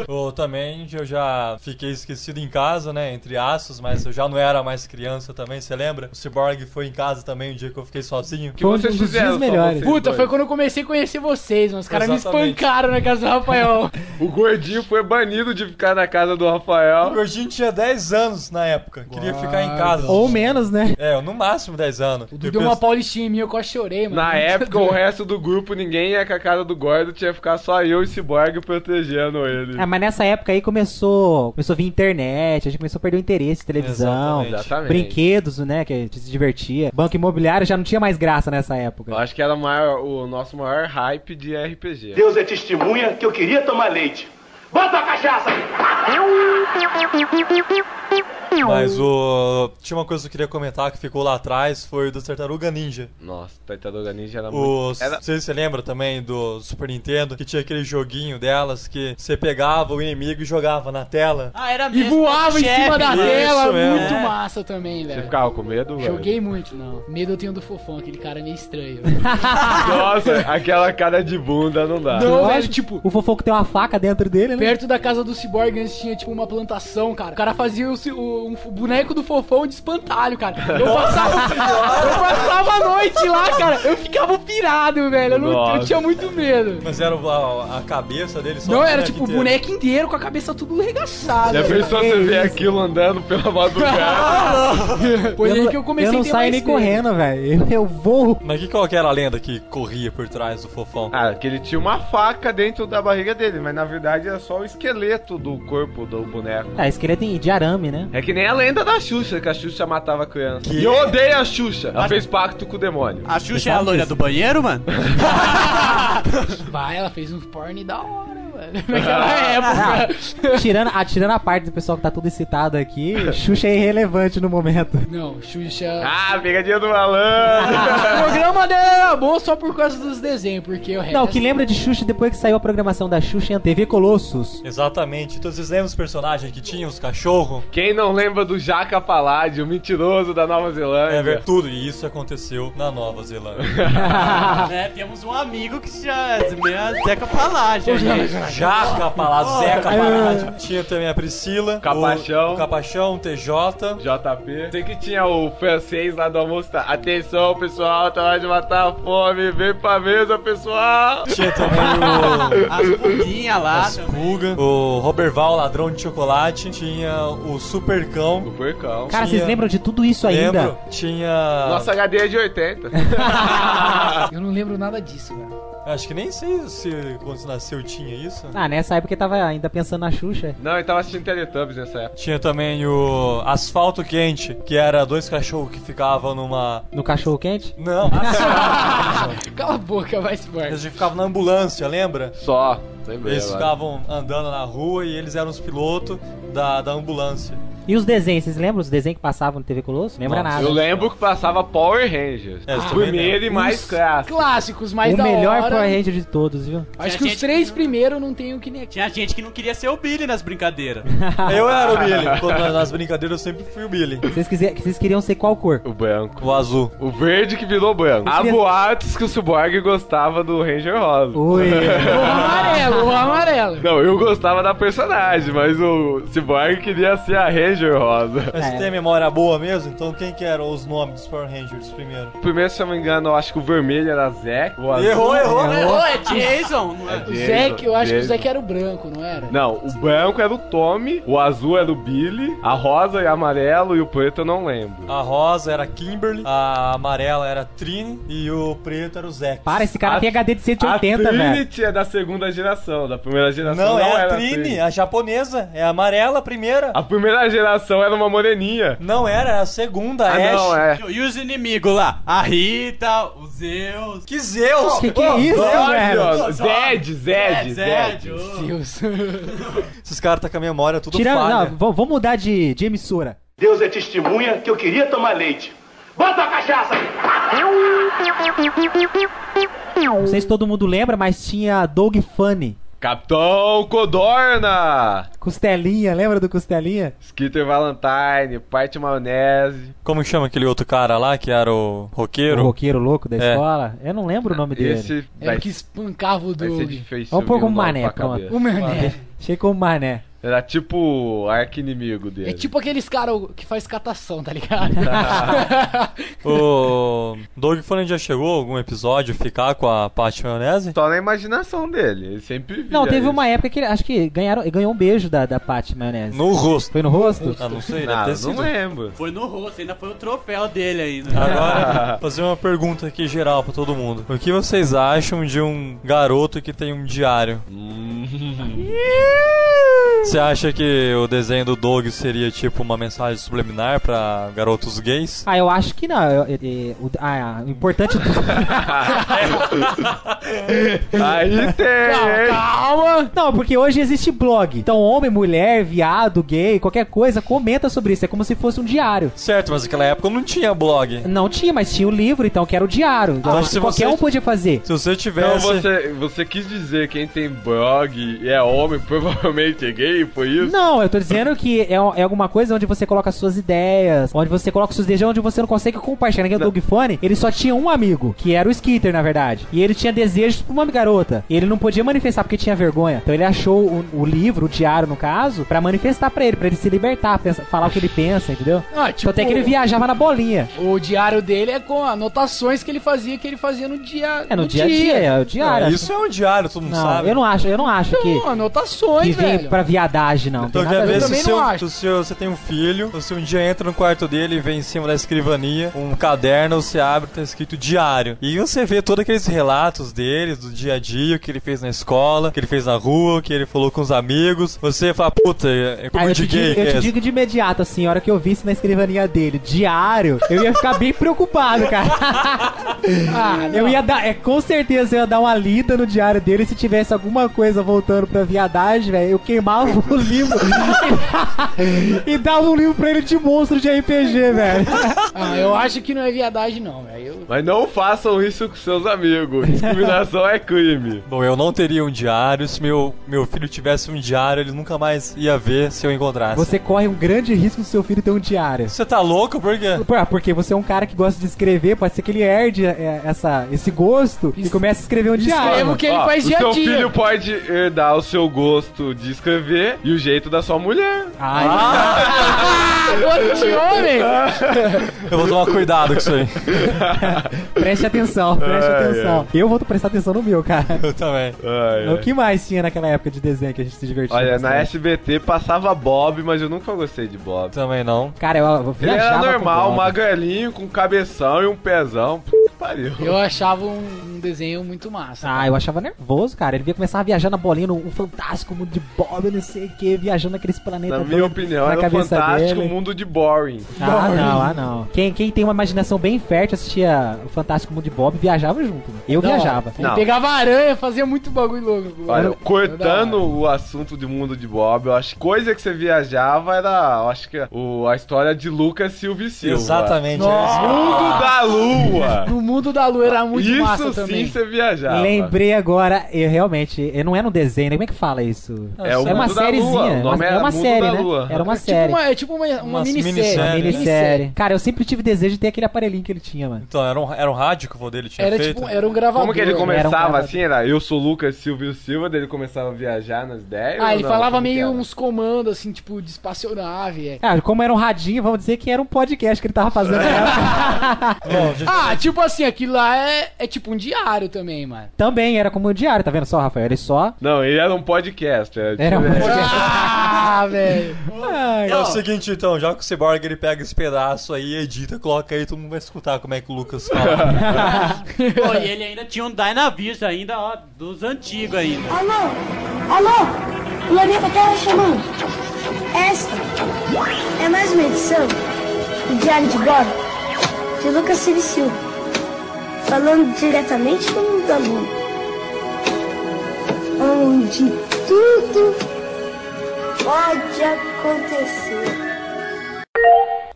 Ou também eu já fiquei esquecido em casa, né? Entre aspas, mas eu já não era mais criança também, você lembra? O Cyborg foi em casa também o dia que eu fiquei sozinho. Foi um dos dias melhores. Puta, foi com quando eu comecei a conhecer vocês, mano. Os caras me Exatamente. espancaram na casa do Rafael. O gordinho foi banido de ficar na casa do Rafael. O gordinho tinha 10 anos na época. Queria ficar em casa. Ou menos, né? É, no máximo 10 anos. Eu Deu é uma penso- paulistinha em mim, eu quase chorei, mano. Na época, o resto do grupo, ninguém ia com a cara do gordo, tinha que ficar só eu e o Cyborg protegendo ele. É Ah, mas nessa época aí começou, começou a vir internet, a gente começou a perder o interesse em televisão, Exatamente. Exatamente. brinquedos, né, que a gente se divertia. Banco imobiliário já não tinha mais graça nessa época. Eu acho que era o maior- o nosso maior hype de RPG. Deus é testemunha que eu queria tomar leite. Bota a cachaça! um. Mas o. Tinha uma coisa que eu queria comentar que ficou lá atrás, foi o do Tartaruga Ninja. Nossa, Tartaruga Ninja era O, muito... Era... Não sei se você lembra também do Super Nintendo, que tinha aquele joguinho delas que você pegava o inimigo e jogava na tela. Ah, era E voava em cima da Isso tela, mesmo. muito É. massa também, é Você velho. ficava com medo, velho? Joguei muito, não. Medo eu tenho do fofão, aquele cara meio estranho. velho. Nossa, aquela cara de bunda não dá. Não, Lógico, velho, tipo, O fofão que tem uma faca dentro dele, né? perto da casa do Cyborg antes tinha, tipo, uma plantação, cara. O cara fazia o, ci- o- um f- boneco do fofão de espantalho, cara. Eu passava, eu passava a noite lá, cara. Eu ficava pirado, velho. Eu, não- eu Nossa. tinha muito medo. Mas era o- a, a cabeça dele só. Não, o era boneco tipo o inteiro. boneco inteiro com a cabeça tudo arregaçada. Já pensou você ver aquilo andando pela madrugada? Foi aí não- que eu comecei eu não a ter saio mais nem medo. correndo, velho. Eu, eu vou. Mas que qual que era a lenda que corria por trás do fofão? ah, que ele tinha uma faca dentro da barriga dele, mas na verdade era só o esqueleto do corpo do boneco. Ah, esqueleto em- de arame, né? É que nem a lenda da Xuxa, que a Xuxa matava criança. E eu odeio a Xuxa. Ela fez pacto com o demônio. A Xuxa é a loira do banheiro, mano? Vai, ela fez um porn da hora, velho. Ah. Naquela época. Tirando, ah, tirando a parte do pessoal que tá tudo excitado aqui, Xuxa é irrelevante no momento. Não, Xuxa. Ah, pegadinha do malandro. O programa dela era bom só por causa dos desenhos, porque o resto. Não, o que lembra de Xuxa depois que saiu a programação da Xuxa em TV Colossos. Exatamente. Então vocês lembram os personagens que tinham, os cachorros? Quem não lembra do Jaca Paládio, o mentiroso da Nova É Zelândia? ver tudo. E isso aconteceu na Nova Zelândia. né? Temos um amigo que já é Zeca Palagem. Jaca Palazzo, Zeca Palazzo. É. Tinha também a Priscila. Capachão. O, o Capachão, o TJ. JP. Sei que tinha o francês lá do almoço. tá? Atenção, pessoal, tá na hora de matar a fome. Vem pra mesa, pessoal. Tinha também o... Ah, As pudinhas lá. As Guga, o Roberval, ladrão de chocolate, tinha o Supercão. O porcão. Cara, Tinha- Ah, vocês lembram de tudo isso ainda? Lembro, tinha. Nossa HD é de 80. Eu não lembro nada disso, velho. Acho que nem sei se quando você nasceu tinha isso. Ah, nessa época eu tava ainda pensando na Xuxa. Não, ele tava assistindo Teletubbies nessa época. Tinha também o Asfalto Quente, que era dois cachorros que ficavam numa. No cachorro quente? Não, asfalto. Cala a boca, vai, Cyborg. Eles ficavam na ambulância, lembra? Só. Lembrei Eles agora. ficavam andando na rua e eles eram os pilotos da, da ambulância. E os desenhos, vocês lembram os desenhos que passavam no TV Colosso? Lembra Nossa, nada. Eu lembro que passava Power Rangers. É, isso também primeiro e mais clássico. Clássicos, mais o da melhor é- hora. Power Ranger de todos, viu? Acho que os três primeiros não tem o que negar. Tinha gente que não queria ser o Billy nas brincadeiras. Eu era o Billy. Quando- nas brincadeiras eu sempre fui o Billy. Vocês, quiser, vocês queriam ser qual cor? O branco. O azul. O verde que virou branco. Há boatos que é- o Cyborg gostava do Ranger Rosa. Ui. O amarelo, o amarelo. Não, eu gostava da personagem, mas o Cyborg queria ser a Ranger Rosa. Mas É. tem memória boa mesmo? Então quem que eram os nomes dos Power Rangers primeiro? Primeiro, se eu não me engano, eu acho que o vermelho era Zack. o azul- Errou, errou. Ô, é Jason, não é? O Jason, Zeke, eu acho que o é Jason. Zeke era o branco, não era? Não, o branco era o Tommy, o azul era o Billy, a rosa e amarelo e o preto eu não lembro. A rosa era Kimberly, a amarela era Trini e o preto era o Zack. Para, esse cara A- tem HD de 180, a velho. Trinity é da segunda geração, da primeira geração Não, não, é era a Trini, a japonesa. É a amarela, a primeira. A primeira geração era uma moreninha. Não era, era a segunda, a Ah, Ash. não, é. E os inimigos lá? A Rita, o Zeus. Que Zeus! Que que é isso, velho? Olha, Zed, Zed, Zed. É, ô. Deus. Esses caras tá com a memória tudo Tira, falha. não, vamos vamos mudar de, de emissora. Deus é testemunha que eu queria tomar leite. Bota a cachaça! Não sei se todo mundo lembra, mas tinha Doug Funny. Capitão Codorna! Costelinha, lembra do Costelinha? Skitter Valentine, parte maionese. Como que chama aquele outro cara lá que era o roqueiro? O roqueiro louco da É. escola. Eu não lembro o nome dele. Esse Era o É, que espancava o ser Doug. difícil É um pouco vir um nome mané, pra pronto. cabeça. O Mané. É Achei como mané. Era tipo o arqui-inimigo dele. É tipo aqueles caras que faz catação, tá ligado? O Doug Fernandes já chegou a algum episódio ficar com a parte maionese? Só na imaginação dele, ele sempre via Não, teve isso. uma época que ele, acho que ganharam, ele ganhou um beijo da, da Paty Maionese. No rosto. Foi no rosto? Ah, não sei, deve Ah, ter não sido. lembro. Foi no rosto, ainda foi o troféu dele ainda. Agora, fazer uma pergunta aqui geral pra todo mundo. O que vocês acham de um garoto que tem um diário? Você acha que o desenho do Doug seria tipo uma mensagem subliminar pra garotos gays? Ah, eu acho que não. eu- eu- eu- o- ah, o importante. Aí tem, hein? Calma! Não, porque hoje existe blog. Então, homem, mulher, viado, gay, qualquer coisa, comenta sobre isso. É como se fosse um diário. Certo, mas naquela época não tinha blog. Não tinha, mas tinha o livro, então que era o diário. Então, Ah, acho se que qualquer você- um podia fazer. Se você Então tivesse. você, você quis dizer quem tem blog e é homem, provavelmente é gay, foi isso? Não, eu tô dizendo que é, é alguma coisa onde você coloca suas ideias, onde você coloca suas ideias, onde você não consegue compartilhar. Naquele Doug Funny, ele só tinha um amigo, que era o Skitter, na verdade. E ele tinha desejos pra uma garota. E ele não podia manifestar porque tinha vergonha. Então ele achou o, o livro, o diário, no caso, pra manifestar pra ele, pra ele se libertar, pensa- falar o que ele pensa, entendeu? Ah, tipo- então até que ele viajava na bolinha. o diário dele é com anotações que ele fazia, que ele fazia no dia. É no, dia a dia, é o diário. Ah, isso é um diário, todo mundo não, sabe. eu não acho, eu não acho que, Não, anotações, que vem velho. pra viadagem, não. Tem Então, nada quer a ver. ver Eu se também seu, não acho. se seu- você tem um filho, você um dia entra no quarto dele e vê em cima da escrivania um caderno, você abre, tá escrito diário. E você vê todos aqueles relatos dele, do dia a dia, o que ele fez na escola, o que ele fez na rua, o que ele falou com os amigos. Você fala, puta, é Ah, como eu, de te gay digo, que eu é te esse. digo de imediato, assim, a hora que eu visse na escrivaninha dele, diário, eu ia ficar bem preocupado, cara. Ah, Eu ia dar, é, com certeza eu ia dar uma lida no diário dele, se tivesse alguma coisa voltando pra viadagem, velho, eu queimava o livro e dava um livro pra ele de monstro de RPG, velho. Ah, eu acho que não é viadagem, não, velho. Eu- Mas não façam isso com seus amigos. Discriminação é crime. Bom, eu não teria um diário. Se meu, meu filho tivesse um diário, ele nunca mais ia ver se eu encontrasse. Você, Você corre um grande risco do seu filho ter um diário. tá louco? Por quê? Pô, ah, Porque você é um cara que gosta de escrever, pode ser que ele herde é, essa, esse gosto e comece a escrever um diário. Escreva o que ele Ó, faz dia o a seu dia. filho pode herdar o seu gosto de escrever e o jeito da sua mulher. Ai, Outro homem! Eu vou tomar cuidado com isso aí. Preste atenção, preste Ai, atenção. Eu vou prestar atenção no meu, cara. Eu também. Ai, O que mais tinha naquela época de desenho que a gente se divertia? Olha, na bastante? SBT passava Bob, mas eu nunca gostei de Bob. Também não. Cara, eu- eu Ele viajava era com normal, bola. magrelinho, com cabeção e um pezão. Puta que pariu. Eu achava um, um desenho muito massa. Ah, eu achava nervoso, cara. Ele via começar a viajar na bolinha, no um fantástico mundo de Bob, não sei o que, viajando naqueles planetas. Na minha doidos opinião, na era um cabeça fantástico dele. mundo de boring. Ah, não, ah, não. Quem, quem tem uma imaginação bem fértil assistia o Fantástico Mundo de Bob viajava junto. né? Eu Não, viajava. Ele Não. pegava aranha, fazia muito bagulho louco. Olha, Era- cortando o assunto do mundo de Bob, eu acho que coisa que você viajava era, eu acho que o, a história de Lucas Silva e Silva. é Exatamente. é Mundo da assim. Lua. No mundo da lua Ah. era muito Isso massa sim também. você viajava. Lembrei agora, eu realmente, eu não era um desenho, né? Como é que fala isso? É o uma Mundo da sériezinha. Lua. O é nome uma- era é uma Mundo série, da né? Lua. Era uma É série. Tipo uma, é tipo uma, uma Umas minissérie. minissérie. Uma É, minissérie. Cara, eu sempre tive desejo de ter aquele aparelhinho que ele tinha, mano. Então, era um, era um rádio que o vô dele tinha Era feito? tipo, era um gravador. Como que ele né? começava cara- assim? Era eu sou Lucas Silvio Silva, daí ele começava a viajar nas ideias. Ah, ou ele não? falava Como que meio era? uns comandos, assim, tipo, de espaçonave. é. Cara, como era um radinho, vamos dizer que era um podcast que ele tava fazendo. né? Bom, gente, Ah, tipo assim, aquilo lá é, é tipo um diário também, mano. Também era como o diário, tá vendo só, Rafael? Ele só. Não, ele era um podcast. Era, Era um tipo, podcast. Ah, velho. Ai, É o seguinte, então, já que o Cyborg ele pega esse pedaço aí, edita, coloca aí, todo mundo vai escutar como é que o Lucas fala. Pô, e ele ainda tinha um Dynavision ainda, ó, dos antigos ainda. Alô? Alô? Planeta Terra chamando. Esta é mais uma edição do Diário de Bob, de Lucas Silva e Silva, falando diretamente do mundo da Lua, onde tudo pode acontecer.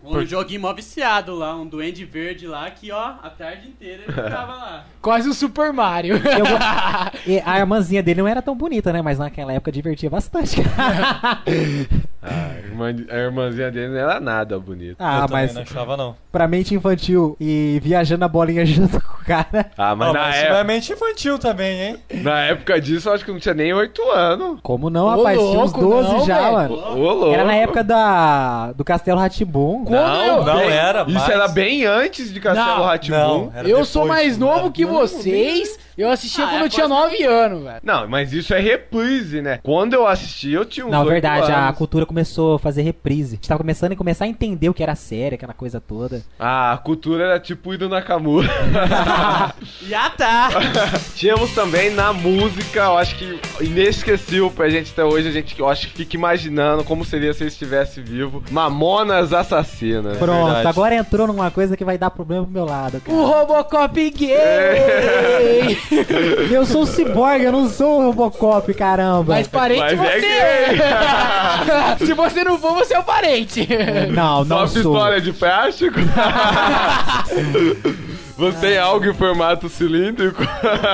Um Um joguinho mó viciado lá, um duende verde lá que, ó, a tarde inteira ele ficava lá. Quase o Super Mario. Eu go- E a irmãzinha dele não era tão bonita, né? Mas naquela época divertia bastante. A, irmã- a irmãzinha dele não era nada bonita. Ah, Eu também mas- não achava, pra mente infantil e viajando a bolinha junto com o cara. Ah, mas, Ó, na, mas isso época, é mente infantil também, hein? na época disso, eu acho que não tinha nem 8 anos. Como não, rapaz? Tinha uns 12 já, mano. Era na época da, do né? Castelo Ratibum. Não, não era Isso mais. era bem antes de Castelo Não, Ratimbum. eu sou mais né? novo que vocês. Eu Ah, assistia é, quando eu tinha 9 anos, velho. Não, mas isso é reprise, né? Quando eu assisti, eu tinha uns Não, oito verdade, a anos. cultura começou a fazer reprise. A gente tava começando a começar a entender o que era série, aquela coisa toda. Ah, a cultura era tipo Ido Nakamura. Já tá! Tínhamos também na música, eu acho que inesquecível pra gente até hoje, a gente eu acho que fica imaginando como seria se ele estivesse vivo. Mamonas Assassinas. Pronto, agora entrou numa coisa que vai dar problema pro meu lado, cara. O Robocop gay! Eu sou um ciborgue, eu não sou um Robocop, caramba. Mas parente Mas você é. Se você não for, você é o parente. Não, não Só sou. pistola de plástico? Você tem algo em formato cilíndrico?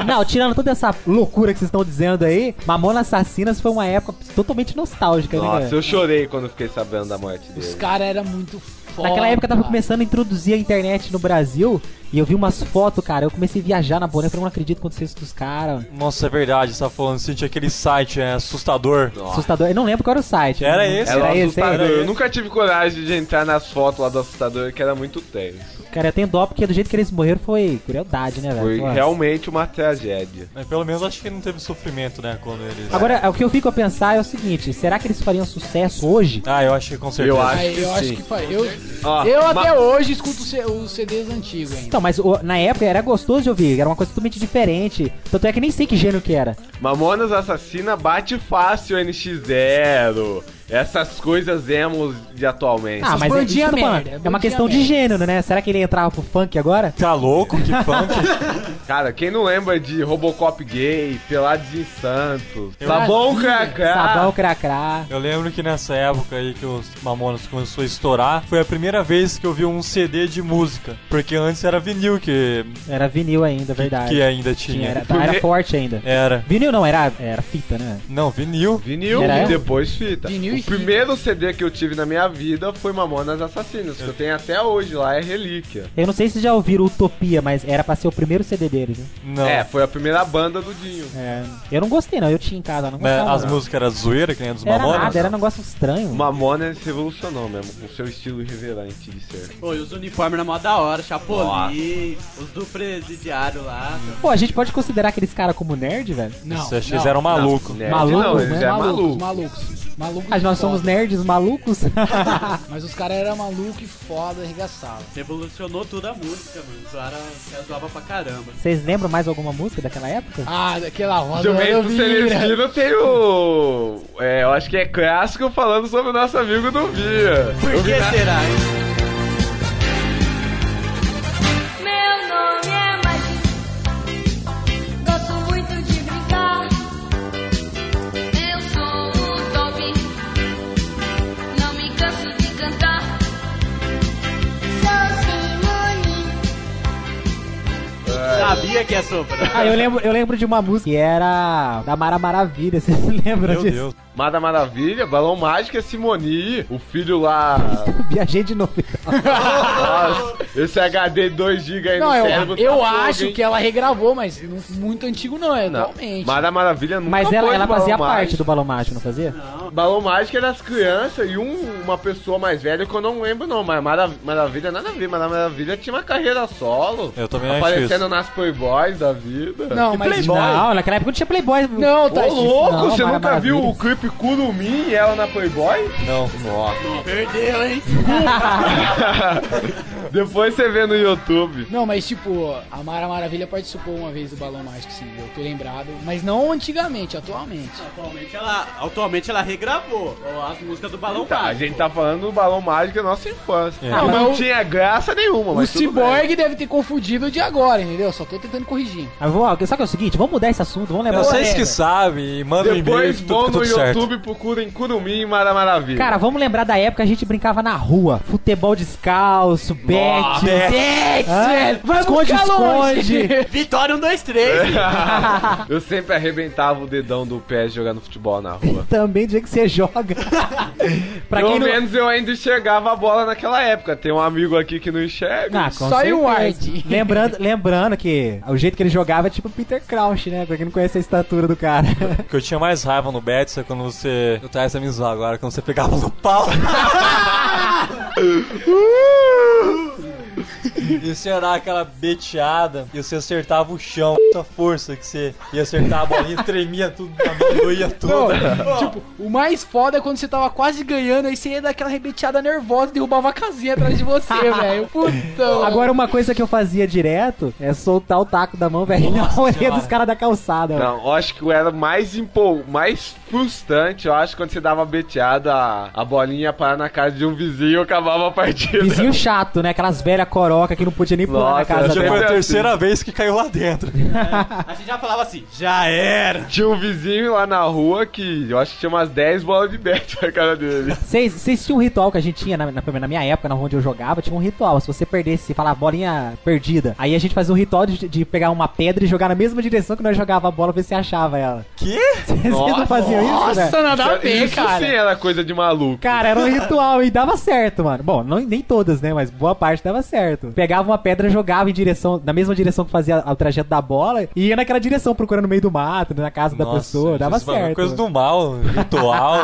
Não, tirando toda essa loucura que vocês estão dizendo aí, Mamona Assassinas foi uma época totalmente nostálgica, né, Nossa, cara? eu chorei quando fiquei sabendo da morte dele. Os caras eram muito foda. Naquela época tava um cara. começando a introduzir a internet no Brasil e eu vi umas fotos, cara. Eu comecei a viajar na boneca, eu falei, não acredito quando vocês dos caras. Nossa, é verdade, você tá falando assim, tinha aquele site, é assustador. Assustador. Eu não lembro qual era o site. Era Não- esse, Era era esse, assustador. era Eu esse. nunca tive coragem de entrar nas fotos lá do assustador, que era muito tenso. Cara, eu tenho dó porque do jeito que eles morreram foi crueldade, né, velho? Foi Nossa. realmente uma tragédia. Mas pelo menos acho que não teve sofrimento, né, quando eles... Agora, o que eu fico a pensar é o seguinte: será que eles fariam sucesso hoje? Ah, eu acho que com certeza. Eu acho Aí, que eu acho sim. que foi. Eu, Ó, eu até ma- hoje escuto os C- os CDs antigos ainda. Então, mas o- na época era gostoso de ouvir, era uma coisa totalmente diferente. Tanto é que nem sei que gênero que era. Mamonas Assassina bate fácil NX0. Essas coisas emos de atualmente. Ah, mas é, isso que eu tô falando, é uma questão de gênero, né? Será que ele entrava pro funk agora? Tá louco? Que funk? Cara, quem não lembra de Robocop gay, Pelados em Santos, Eu- Sabão Brasília. Cracá. Sabão, cracrá. Eu lembro que nessa época aí que os Mamonas começou a estourar, foi a primeira vez que eu vi um CD de música. Porque antes era vinil que, Era vinil ainda, verdade. que é ainda tinha. era, tá, era forte ainda. Era. Vinil não, era, era fita, né? Não, vinil. Vinil Era e ela? depois fita. Vinil o e fita. primeiro CD que eu tive na minha vida foi Mamonas Assassinas, que eu tenho até hoje lá, é relíquia. Eu não sei se vocês já ouviram Utopia, mas era pra ser o primeiro CD deles, né? Não. É, foi a primeira banda do Dinho. É, eu não gostei, não. Eu tinha em casa, não Mas gostava. as não. músicas eram zoeira, que nem a dos Era Mamonas. nada, era um negócio estranho. Mamonas revolucionou mesmo, com seu estilo irreverente de ser. Pô, e os uniformes na mó da hora, Chapolin, os do presidiário lá. Pô, a gente pode considerar aqueles caras como nerd, velho? Não, Isso, Eles não. eram maluco. Nerd Malucos, É. não, eles né? eram Malucos, malucos. malucos. Malucos. Mas nós e foda. somos nerds malucos? Mas os caras eram maluco e foda, arregaçavam. Revolucionou tudo a música, mano. Zoaram, os caras zoavam pra caramba. Vocês lembram mais alguma música daquela época? Ah, daquela roda Jumento vira. Celestino tem o. É, eu acho que é clássico falando sobre o nosso amigo do Via. Por Eu vi que na- será? hein? Meu nome é Magi, gosto muito de brincar. Eu sou o top, não me canso de cantar. Sou Simone. é Sabia que ia sobrar. Ah, eu lembro, eu lembro de uma música que era da Mara Maravilha, vocês lembram Meu disso? Deus. Mada Maravilha, Balão Mágico é Simoni, o filho lá. Viajei de novo. Nossa, esse HD 2GB aí Não, no eu, cérebro. eu tá fogo, acho hein? que é ela regravou, mas não- muito antigo não, é Não, atualmente. Mara Maravilha nunca Mas foi ela, ela Balão fazia parte Mágico. do Balão Mágico, não fazia? Balão Mágico era as crianças e um- uma pessoa mais velha que eu não lembro não, mas Mara, Maravilha nada a ver, Mara Maravilha tinha uma carreira solo. Eu também acho Aparecendo isso. nas Playboys da vida. Não, Que mas- Playboy? Não, naquela época não tinha Playboy. Não, tá Ô louco, Não, você Mara nunca viu Maravilha. o clipe Kurumin e ela na Playboy? Não. Nossa. Perdeu, hein? Depois você vê no YouTube. Não, mas tipo, a Mara Maravilha participou uma vez do Balão Mágico, sim, eu tô lembrado. Mas não antigamente, atualmente. Atualmente ela, atualmente ela regravou ó, as músicas do Balão Tá, a Mágico. gente tá falando do Balão Mágico da nossa infância. É. Não, Não, não mas o- tinha graça nenhuma, O mas tudo Cyborg deve ter confundido o de agora, entendeu? Só tô tentando corrigir. Ah, vamos, sabe que é o seguinte? Vamos mudar esse assunto, vamos levar Vocês que sabem, manda um e-mail, Depois tudo vão fica no tudo certo. YouTube e procurem Curumim e Mara Maravilha. Cara, vamos lembrar da época que a gente brincava na rua. Futebol descalço, bet, bet. Ah, esconde, esconde. Vitória 1, 2, 3. Eu sempre arrebentava o dedão do pé jogando futebol na rua. Também do jeito que você joga. Pra Pelo quem não- menos eu ainda enxergava a bola naquela época. Tem um amigo aqui que não enxerga. Ah, com certeza. Lembrando, lembrando que o jeito que ele jogava é tipo Peter Crouch, né? Pra quem não conhece a estatura do cara. O que eu tinha mais raiva no Betis é quando você. Eu tava essa me zoar agora, quando você pegava no pau. E você era aquela beteada e você acertava o chão, essa força que você ia acertar a bolinha, tremia tudo, a mão doía Não, tudo. tipo, o mais foda é quando você tava quase ganhando, aí você ia dar aquela rebeteada nervosa e derrubava a casinha atrás de você, velho. Putão. Agora, uma coisa que eu fazia direto é soltar o taco da mão, velho, na orelha dos caras da calçada. Não, eu acho que eu era mais empol... mais frustrante, eu acho, quando você dava beteada, a, a bolinha ia parar na casa de um vizinho e eu acabava a partida. Vizinho chato, né? Aquelas velhas coroca que não podia nem pular na Nossa, casa já dela. foi a terceira tipo, vez que caiu lá dentro. A gente já falava assim, já era. Tinha um vizinho lá na rua que eu acho que tinha umas 10 bolas de bet na cara dele. Vocês vocês tinham um ritual que a gente tinha, na, na, pelo menos na minha época, na rua onde eu jogava, tinha um ritual. Se você perdesse, falar bolinha perdida, aí a gente fazia um ritual de, de pegar uma pedra e jogar na mesma direção que nós jogava a bola, ver se achava ela. Que? Vocês não faziam isso, velho? isso sim era coisa de maluco. Cara, era um ritual e dava certo, mano. Bom, não- nem todas, né? Mas boa parte dava certo. Pegava uma pedra, jogava em direção, na mesma direção que fazia o trajeto da bola, e ia naquela direção, procurando no meio do mato, na casa da Nossa, pessoa. Dava Jesus, mano, certo. é Coisa do mal, ritual.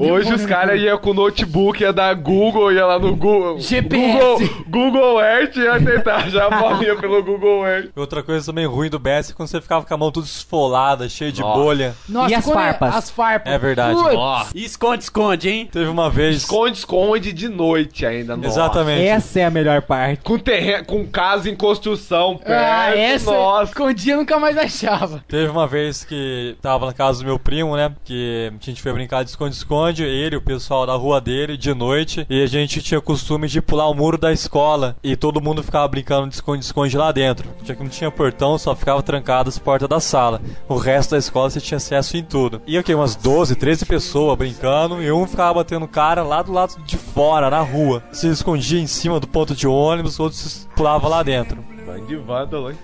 um Hoje os caras né? iam com o notebook, ia dar Google, ia lá no Google. GPS. Google, Google Earth ia tentar já a bolinha pelo Google Earth. Outra coisa também ruim do Bess é quando você ficava com a mão toda esfolada, cheia de bolha. Nossa, quando é- As farpas. É verdade. Putz. E esconde, esconde, hein? Teve uma vez. Esconde, esconde de noite ainda, nossa. Exatamente. Essa é a melhor parte. Com terreno, com casa em construção, perto, Ah, essa É, nossa. escondia eu nunca mais achava. Teve uma vez que tava na casa do meu primo, né? Que a gente foi brincar de esconde-esconde, ele, o pessoal da rua dele, de noite, e a gente tinha costume de pular o muro da escola. E todo mundo ficava brincando de esconde-esconde lá dentro. Já que não tinha portão, só ficava trancado as portas da sala. O resto da escola você tinha acesso em tudo. E ok, umas 12, 13 pessoas brincando, e um ficava batendo cara lá do lado de fora, na rua. Se escondia em cima do ponto de ônibus, outro se pulava lá dentro. Vai de vândalo, hein?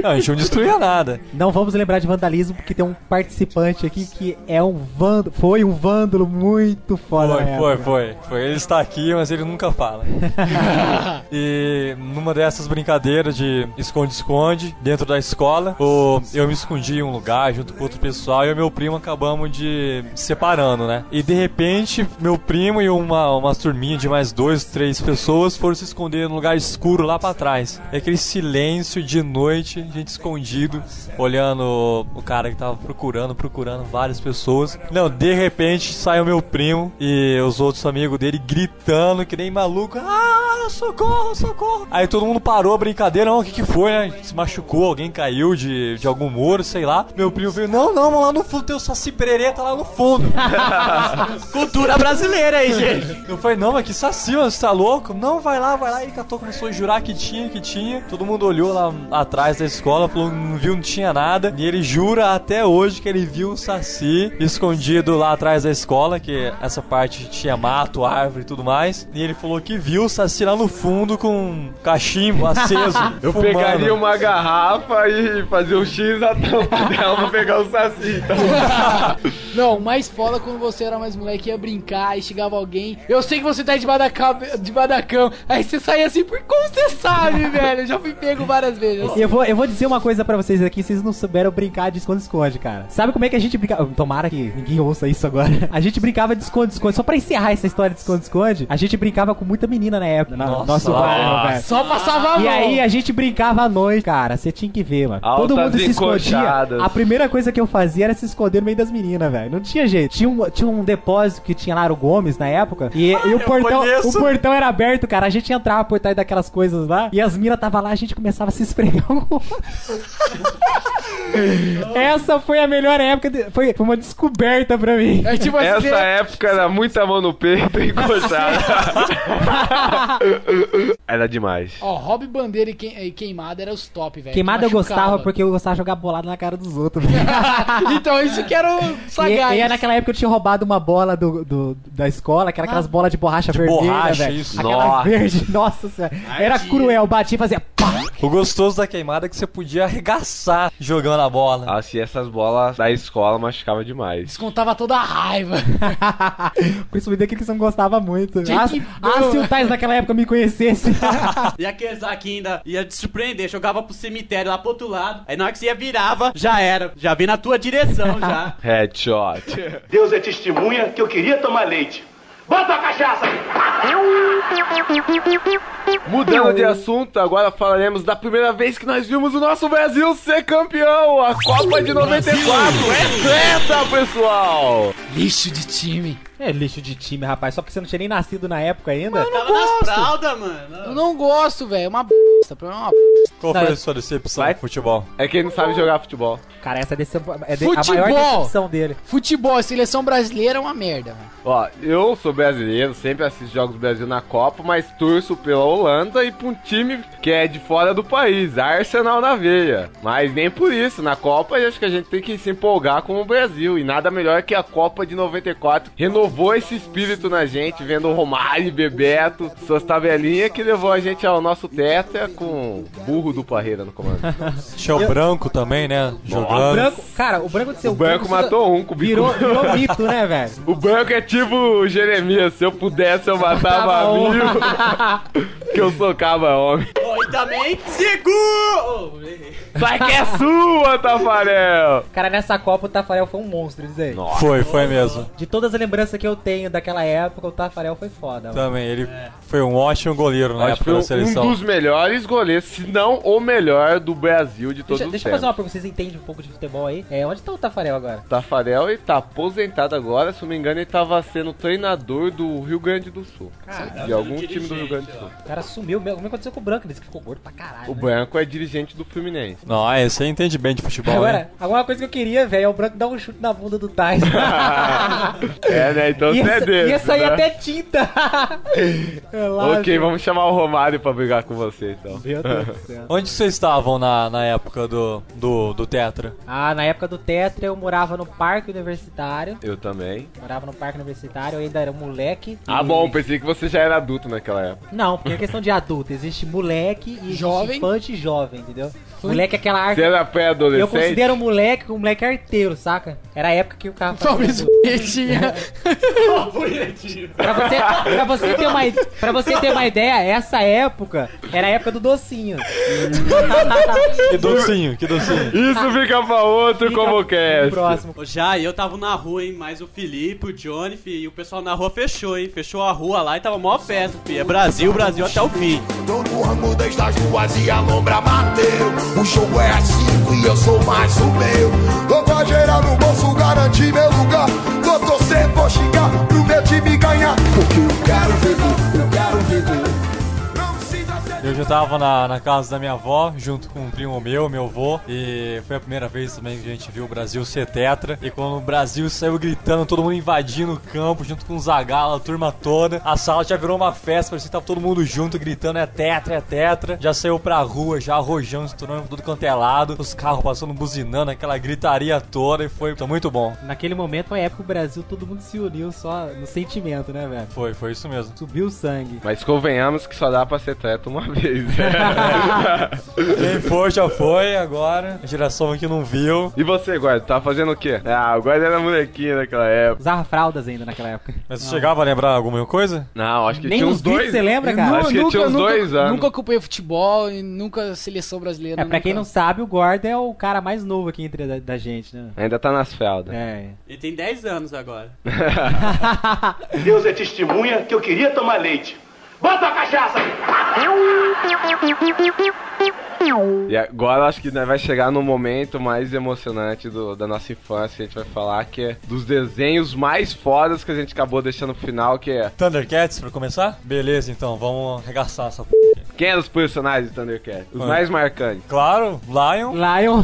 Não, a gente não destruía nada. Não vamos lembrar de vandalismo, porque tem um participante aqui que é um vândalo. Foi um vândalo muito foda. na Foi, época. foi, foi, foi. Ele está aqui, mas ele nunca fala. e numa dessas brincadeiras de esconde-esconde dentro da escola, o- eu me escondi em um lugar junto com outro pessoal e eu e meu primo acabamos de separando, né? E de repente, meu primo e uma, uma turminha de mais dois, três pessoas foram se esconder num lugar escuro lá pra trás. E aquele silêncio de noite, gente escondido, olhando o cara que tava procurando, procurando várias pessoas. Não, de repente sai o meu primo e os outros amigos dele gritando que nem maluco. Ah, socorro, socorro. Aí todo mundo parou a brincadeira, não, o que que foi, né? Se machucou, alguém caiu de, de algum muro, sei lá. Meu primo veio, não, não, lá no fundo tem o Saci Pererê, tá lá no fundo. Cultura brasileira aí, gente. Eu falei, não, mas que saci, mano, você tá louco? Não, vai lá, vai lá. E catou, começou a jurar que tinha, que tinha. Todo mundo olhou lá atrás da escola, falou, não viu, não tinha nada. E ele jura até hoje que ele viu um saci escondido lá atrás da escola, que essa parte tinha mato, árvore e tudo mais. E ele falou que viu o saci lá no fundo com um cachimbo aceso. Eu fumando. pegaria um- uma garrafa e fazia um X na tampa dela pra pegar o saci. Então. Não, o mais foda é quando você era mais moleque ia brincar e chegava alguém. Eu sei que você tá debaixo da, cama, debaixo da cama. Aí você saía assim, por como você sabe, velho? Eu já fui pego várias vezes. Eu vou, eu vou dizer uma coisa pra vocês aqui, vocês não souberam brincar de esconde-esconde, cara. Sabe como é que a gente brincava? Tomara que ninguém ouça isso agora. A gente brincava de esconde-esconde. Só pra encerrar essa história de esconde-esconde, a gente brincava com muita menina na época, no Nossa. nosso bairro, é velho. Só passava a E mão. aí a gente brincava à noite, cara. Você tinha que ver, mano. Altas Todo mundo se escondia. encoxadas. A primeira coisa que eu fazia era se esconder no meio das meninas, velho. velho. Não tinha jeito. Tinha um, tinha um depósito que tinha lá era o Gomes na época. E, Ah, e o, portão, conheço. o portão era aberto, cara. A gente entrava por trás daquelas coisas lá. E as minas tava lá, a gente começava a se esfregar um com o outro. Essa foi a melhor época. de- foi, foi uma descoberta pra mim. É, tipo assim, Essa época era muita mão no peito e coxada. era demais. Ó, Rob Bandeira e, quem- e Queimada era os top, velho. Queimada Que eu gostava machucava. porque eu gostava de jogar bolada na cara dos outros. velho. então, isso que era o sagaz. E, e aí, naquela época eu tinha roubado uma bola do, do- da escola, que era Ah. aquelas bolas de borracha De vermelha, borracha, velho. isso. Aquelas Nossa. verdes, nossa senhora. Era cruel, batia e fazia pá. O gostoso da queimada é que você podia arregaçar jogando a bola. Ah, se essas bolas da escola machucavam demais. Descontava toda a raiva. Principalmente daquele que você não gostava muito. Tinha Ah, que- ah, se o Tais naquela época me conhecesse. E aqueles lá que ainda ia te surpreender, jogava pro cemitério lá pro outro lado. Aí na hora que você ia virava, já era. Já vim na tua direção já. Headshot. Deus é testemunha que eu queria tomar leite. Bota a cachaça! Mudando de assunto, agora falaremos da primeira vez que nós vimos o nosso Brasil ser campeão, a Copa de 94. É treta, pessoal! Lixo de time. É lixo de time, rapaz. Só porque você não tinha nem nascido na época ainda. Eu não Tava nas gosto. fraldas, mano. Eu não gosto, velho. É uma bosta. Pra mim é uma bosta. Qual Não, foi eu- a sua decepção de futebol? É que ele não sabe jogar futebol. Cara, essa decepção é de- a Futebol. maior decepção dele. Futebol, a seleção brasileira é uma merda, velho. Ó, eu sou brasileiro, sempre assisto jogos do Brasil na Copa, mas torço pela Holanda e pra um time que é de fora do país, Arsenal na veia. Mas nem por isso, na Copa acho que a gente tem que se empolgar com o Brasil, e nada melhor que a Copa de 94 renovou esse espírito na gente, vendo Romário, Bebeto, suas tabelinhas que levou a gente ao nosso tetra com burro do Parreira no comando. Tinha o branco também, né? O Jogando. branco, cara, o branco de seu O branco matou um com o bico. Virou, virou mito, né, velho? O branco é tipo o Jeremias, se eu pudesse eu matava Matava um. mil, que eu socava homem. Oh, e também seguro! Vai que é sua, Tafarel! Cara, nessa Copa o Tafarel foi um monstro, diz aí. Nossa. Foi, foi mesmo. De todas as lembranças que eu tenho daquela época, o Tafarel foi Tá foda. mano. Também, ele foi um ótimo goleiro na Acho que época foi da um seleção. dos melhores goleiros, se não o melhor do Brasil de todos Deixa, os deixa tempos. eu fazer uma pergunta, vocês entendem um pouco de futebol aí? É, onde tá o Tafarel agora? Tafarel ele tá aposentado agora, se não me engano, ele tava sendo treinador do Rio Grande do Sul. de algum time do Rio Grande do Sul. O cara sumiu mesmo. Como aconteceu com o Branco? Ele disse que ficou gordo pra caralho. O né? Branco é dirigente do Fluminense. Não, é, você entende bem de futebol, né? Agora, alguma coisa que eu queria, velho, é o Branco dar um chute na bunda do Tais. É, né? Então você ia, é sa- dele. ia sair né? até tinta. É lá, Ok, velho. vamos chamar o Romário pra brigar com você, então. Meu Deus do céu. Onde vocês estavam na, na época do, do, do Tetra? Ah, na época do Tetra eu morava no parque universitário. Eu também. Morava no parque universitário, eu ainda era moleque. Ah, E- bom, pensei que você já era adulto naquela época. Não, porque é questão de adulto. Existe moleque e existe Jovem. infante e jovem, entendeu? Moleque é aquela arte. Você era Eu pré-adolescente? considero o moleque um moleque arteiro, saca? Era a época que o carro Talvez fazia- bonitinha. Só bonitinho. Pra você, pra, você ter uma, pra você ter uma ideia, essa época era a época do docinho. Então, Que docinho, que docinho. Isso fica pra outro Fica como é? pro quer. Próximo. Ô, Já, eu tava na rua, hein? Mas o Felipe, o Johnny, fi, e o pessoal na rua fechou, hein? Fechou a rua lá e tava mó festa, fi. É Brasil, Brasil até o fim. Todo ano desde as duas e a lombra bateu. O jogo é cinco e eu sou mais o meu. Vou pra gerar no bolso, garantir meu lugar. Vou torcer, vou xingar pro meu time ganhar. Porque eu quero ver gol, eu quero ver gol. Eu já tava na, na casa da minha avó, junto com um primo meu, meu avô, e foi a primeira vez também que a gente viu o Brasil ser tetra. E quando o Brasil saiu gritando, todo mundo invadindo o campo, junto com o Zagala, a turma toda, a sala já virou uma festa, parecia que tava todo mundo junto, gritando: é tetra, é tetra. Já saiu pra rua, já arrojão, estourando tudo quanto é lado, os carros passando buzinando, aquela gritaria toda, e foi foi muito bom. Naquele momento, a época, o Brasil, todo mundo se uniu só no sentimento, né, velho? Foi, foi isso mesmo. Subiu o sangue. Mas convenhamos que só dá pra ser treta uma vez. Quem for, já foi, agora. A geração que não viu. e você, Guarda, tá fazendo o quê? Ah, o Guarda era molequinho naquela época. Usava fraldas ainda naquela época. Mas você chegava a lembrar alguma coisa? Não, acho que Nem tinha os uns dois. beats você lembra, cara? Acho que tinha uns dois anos. Nunca acompanhei futebol e nunca seleção brasileira. É, pra quem não nunca. sabe, o Gordon é o cara mais novo aqui entre da, da gente, né? Ainda tá nas fraldas. É. Ele tem 10 anos agora. Deus é testemunha que eu queria tomar leite. Bota a cachaça! E agora acho que né, vai chegar no momento mais emocionante do- da nossa infância. A gente vai falar que é dos desenhos mais fodas que a gente acabou deixando pro final, que é. Thundercats, pra começar? Beleza, então, vamos arregaçar essa p. Quem eram os personagens do Thundercats? Os Ah. mais marcantes. Claro, Lion. Lion.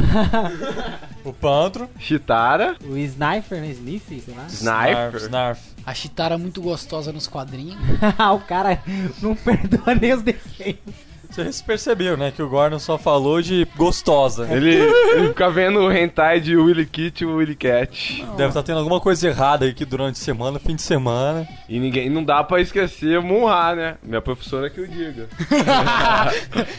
o Pantro. Chitara. O Sniper, né? Sniff, sei lá. Sniper. A Chitara é muito gostosa nos quadrinhos. o cara não perdoa nem os defeitos. Vocês perceberam, né, que o Gordon só falou de gostosa. Ele, ele fica vendo o hentai de Willy Kit e o Willy Cat. Deve estar tendo alguma coisa errada aí que durante a semana, fim de semana. E ninguém não dá pra esquecer Munha, né? Minha professora que o diga.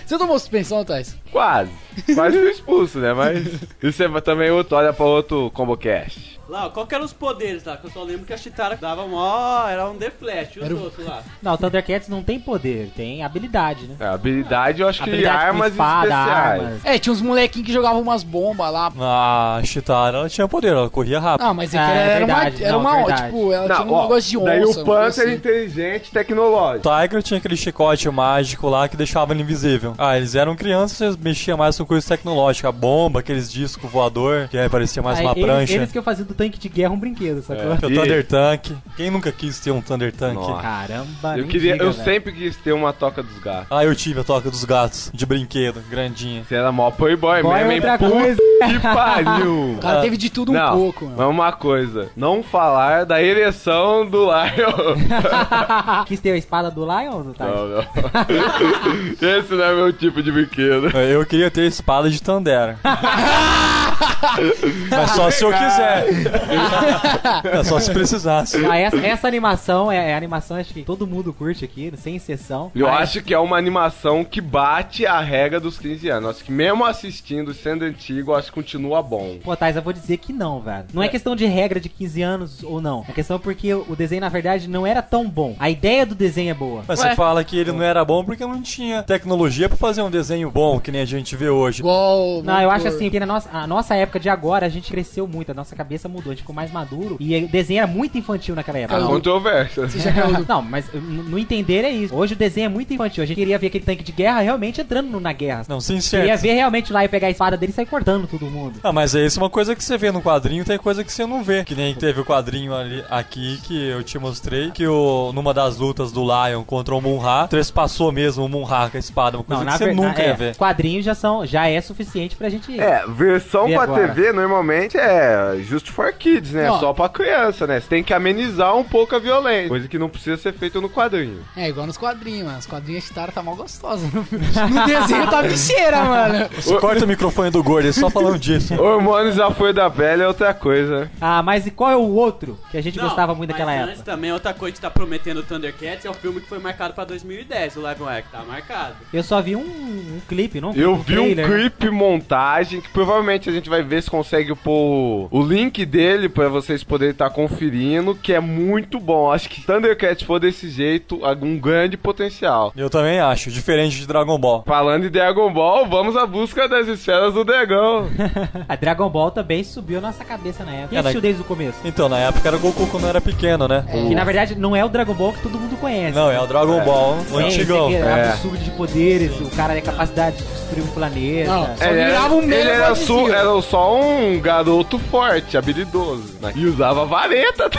Você tomou suspensão, Thais? Quase. Quase fui expulso, né? Mas. Isso é também outro. Olha pra outro ComboCast. Lá, ó, qual que eram os poderes lá? Que eu só lembro que a Chitara dava mó. Era um The Flash, e os Era o- outros lá. Não, o Thundercats não tem poder, tem habilidade, né? É, habilidade eu acho que Habilidade com armas espada, especiais. armas. É, tinha uns molequinhos que jogavam umas bombas lá. Ah, a Chitara, ela tinha poder, ela corria rápido. Ah, mas é que era, era uma. Era uma tipo, ela tinha um negócio de onça. daí o um negócio Panther assim. inteligente, tecnológico. Tiger tinha aquele chicote mágico lá que deixava ele invisível. Ah, eles eram crianças, eles mexiam mais com coisas tecnológicas. A bomba, aqueles discos voador, que aí parecia mais Aí, uma eles, prancha. Eles que eu fazia do tanque de guerra um brinquedo, sacou? É. O Thunder Tank. Quem nunca quis ter um Thunder Tank? Nossa. Caramba, Eu nem queria, diga, eu velho. sempre quis ter uma toca dos gatos. Ah, eu tive a toca dos gatos, de brinquedo, grandinha. Você era mó playboy Boy é mesmo, hein? outra Puta coisa. Que pariu! O cara teve de tudo um Não, pouco, mano. Mas uma coisa, não falar da ereção do Lion. Quis ter Ah, a espada do Lion, tá? Não, não. Esse não é meu tipo de brinquedo. Eu queria ter a espada de Tandera. Mas só se eu quiser. É só se precisasse. Ah, essa, essa animação é, é a animação acho que todo mundo curte aqui, sem exceção. Eu Mas- acho que é uma animação que bate a regra dos 15 anos. Acho que mesmo assistindo, sendo antigo, acho que continua bom. Pô, Thais, eu vou dizer que não, velho. Não é questão de regra de 15 anos ou não. É questão porque o desenho, na verdade, não era tão bom. A ideia do desenho é boa. Mas você fala que ele não era bom porque não tinha tecnologia pra fazer um desenho bom, que nem a gente vê hoje. Igual. Não, eu acho assim, que na nossa, a nossa época de agora, a gente cresceu muito, a nossa cabeça mudou, a gente ficou mais maduro. E o desenho era muito infantil naquela época. Há controvérsia. Não, mas n- no entender é isso. Hoje o desenho é muito infantil. A gente queria ver aquele tanque de guerra realmente entrando no- na guerra. Não, sim, Queria certo. ver realmente lá e pegar a espada dele e sair cortando todo mundo. Ah, mas é isso uma coisa que você vê no quadrinho, tem coisa que você não vê. Que nem teve o quadrinho ali aqui que eu te mostrei, que o, numa das lutas do Lion contra o Munra, trespassou mesmo o Munra com a espada, uma coisa que você ver- nunca é, ia ver. Quadrinhos já são, já é suficiente pra gente. É, versão E pra agora? TV normalmente é Just for Kids, né? Não. Só pra criança, né? Você tem que amenizar um pouco a violência. Coisa que não precisa ser feita no quadrinho. É, igual nos quadrinhos, mano. Os quadrinhos a Chitara tá mal gostosa. No desenho tá bicheira, mano. Você corta o microfone do gordo, ele só falando disso. Hormônios à folha da pele é outra coisa. Ah, mas e qual é o outro que a gente gostava muito mas daquela antes época? também, outra coisa que tá prometendo o Thundercats é o filme que foi marcado pra 2010, o Live Act. Tá marcado. Eu só vi um, um clipe, não? Eu vi um trailer. clipe montagem que provavelmente a gente vai ver se consegue pôr o- o link dele pra vocês poderem estar conferindo, que é muito bom. Acho que se Thundercats for desse jeito, algum grande potencial. Eu também acho, diferente de Dragon Ball. Falando em Dragon Ball, vamos à busca das esferas do dragão. A Dragon Ball também subiu a nossa cabeça na época. Quem É, assistiu daí- desde o começo? Então, na época era o Goku quando era pequeno, né? Que na verdade não é o Dragon Ball que todo mundo conhece. Não, é o Dragon Ball, o É, antigão. esse aqui É É. absurdo de poderes, o cara é capacidade de destruir um planeta. Não, só Ele era, virava um meio ele era, só su- dizia. era só um garoto forte, habilidoso. né? E usava vareta.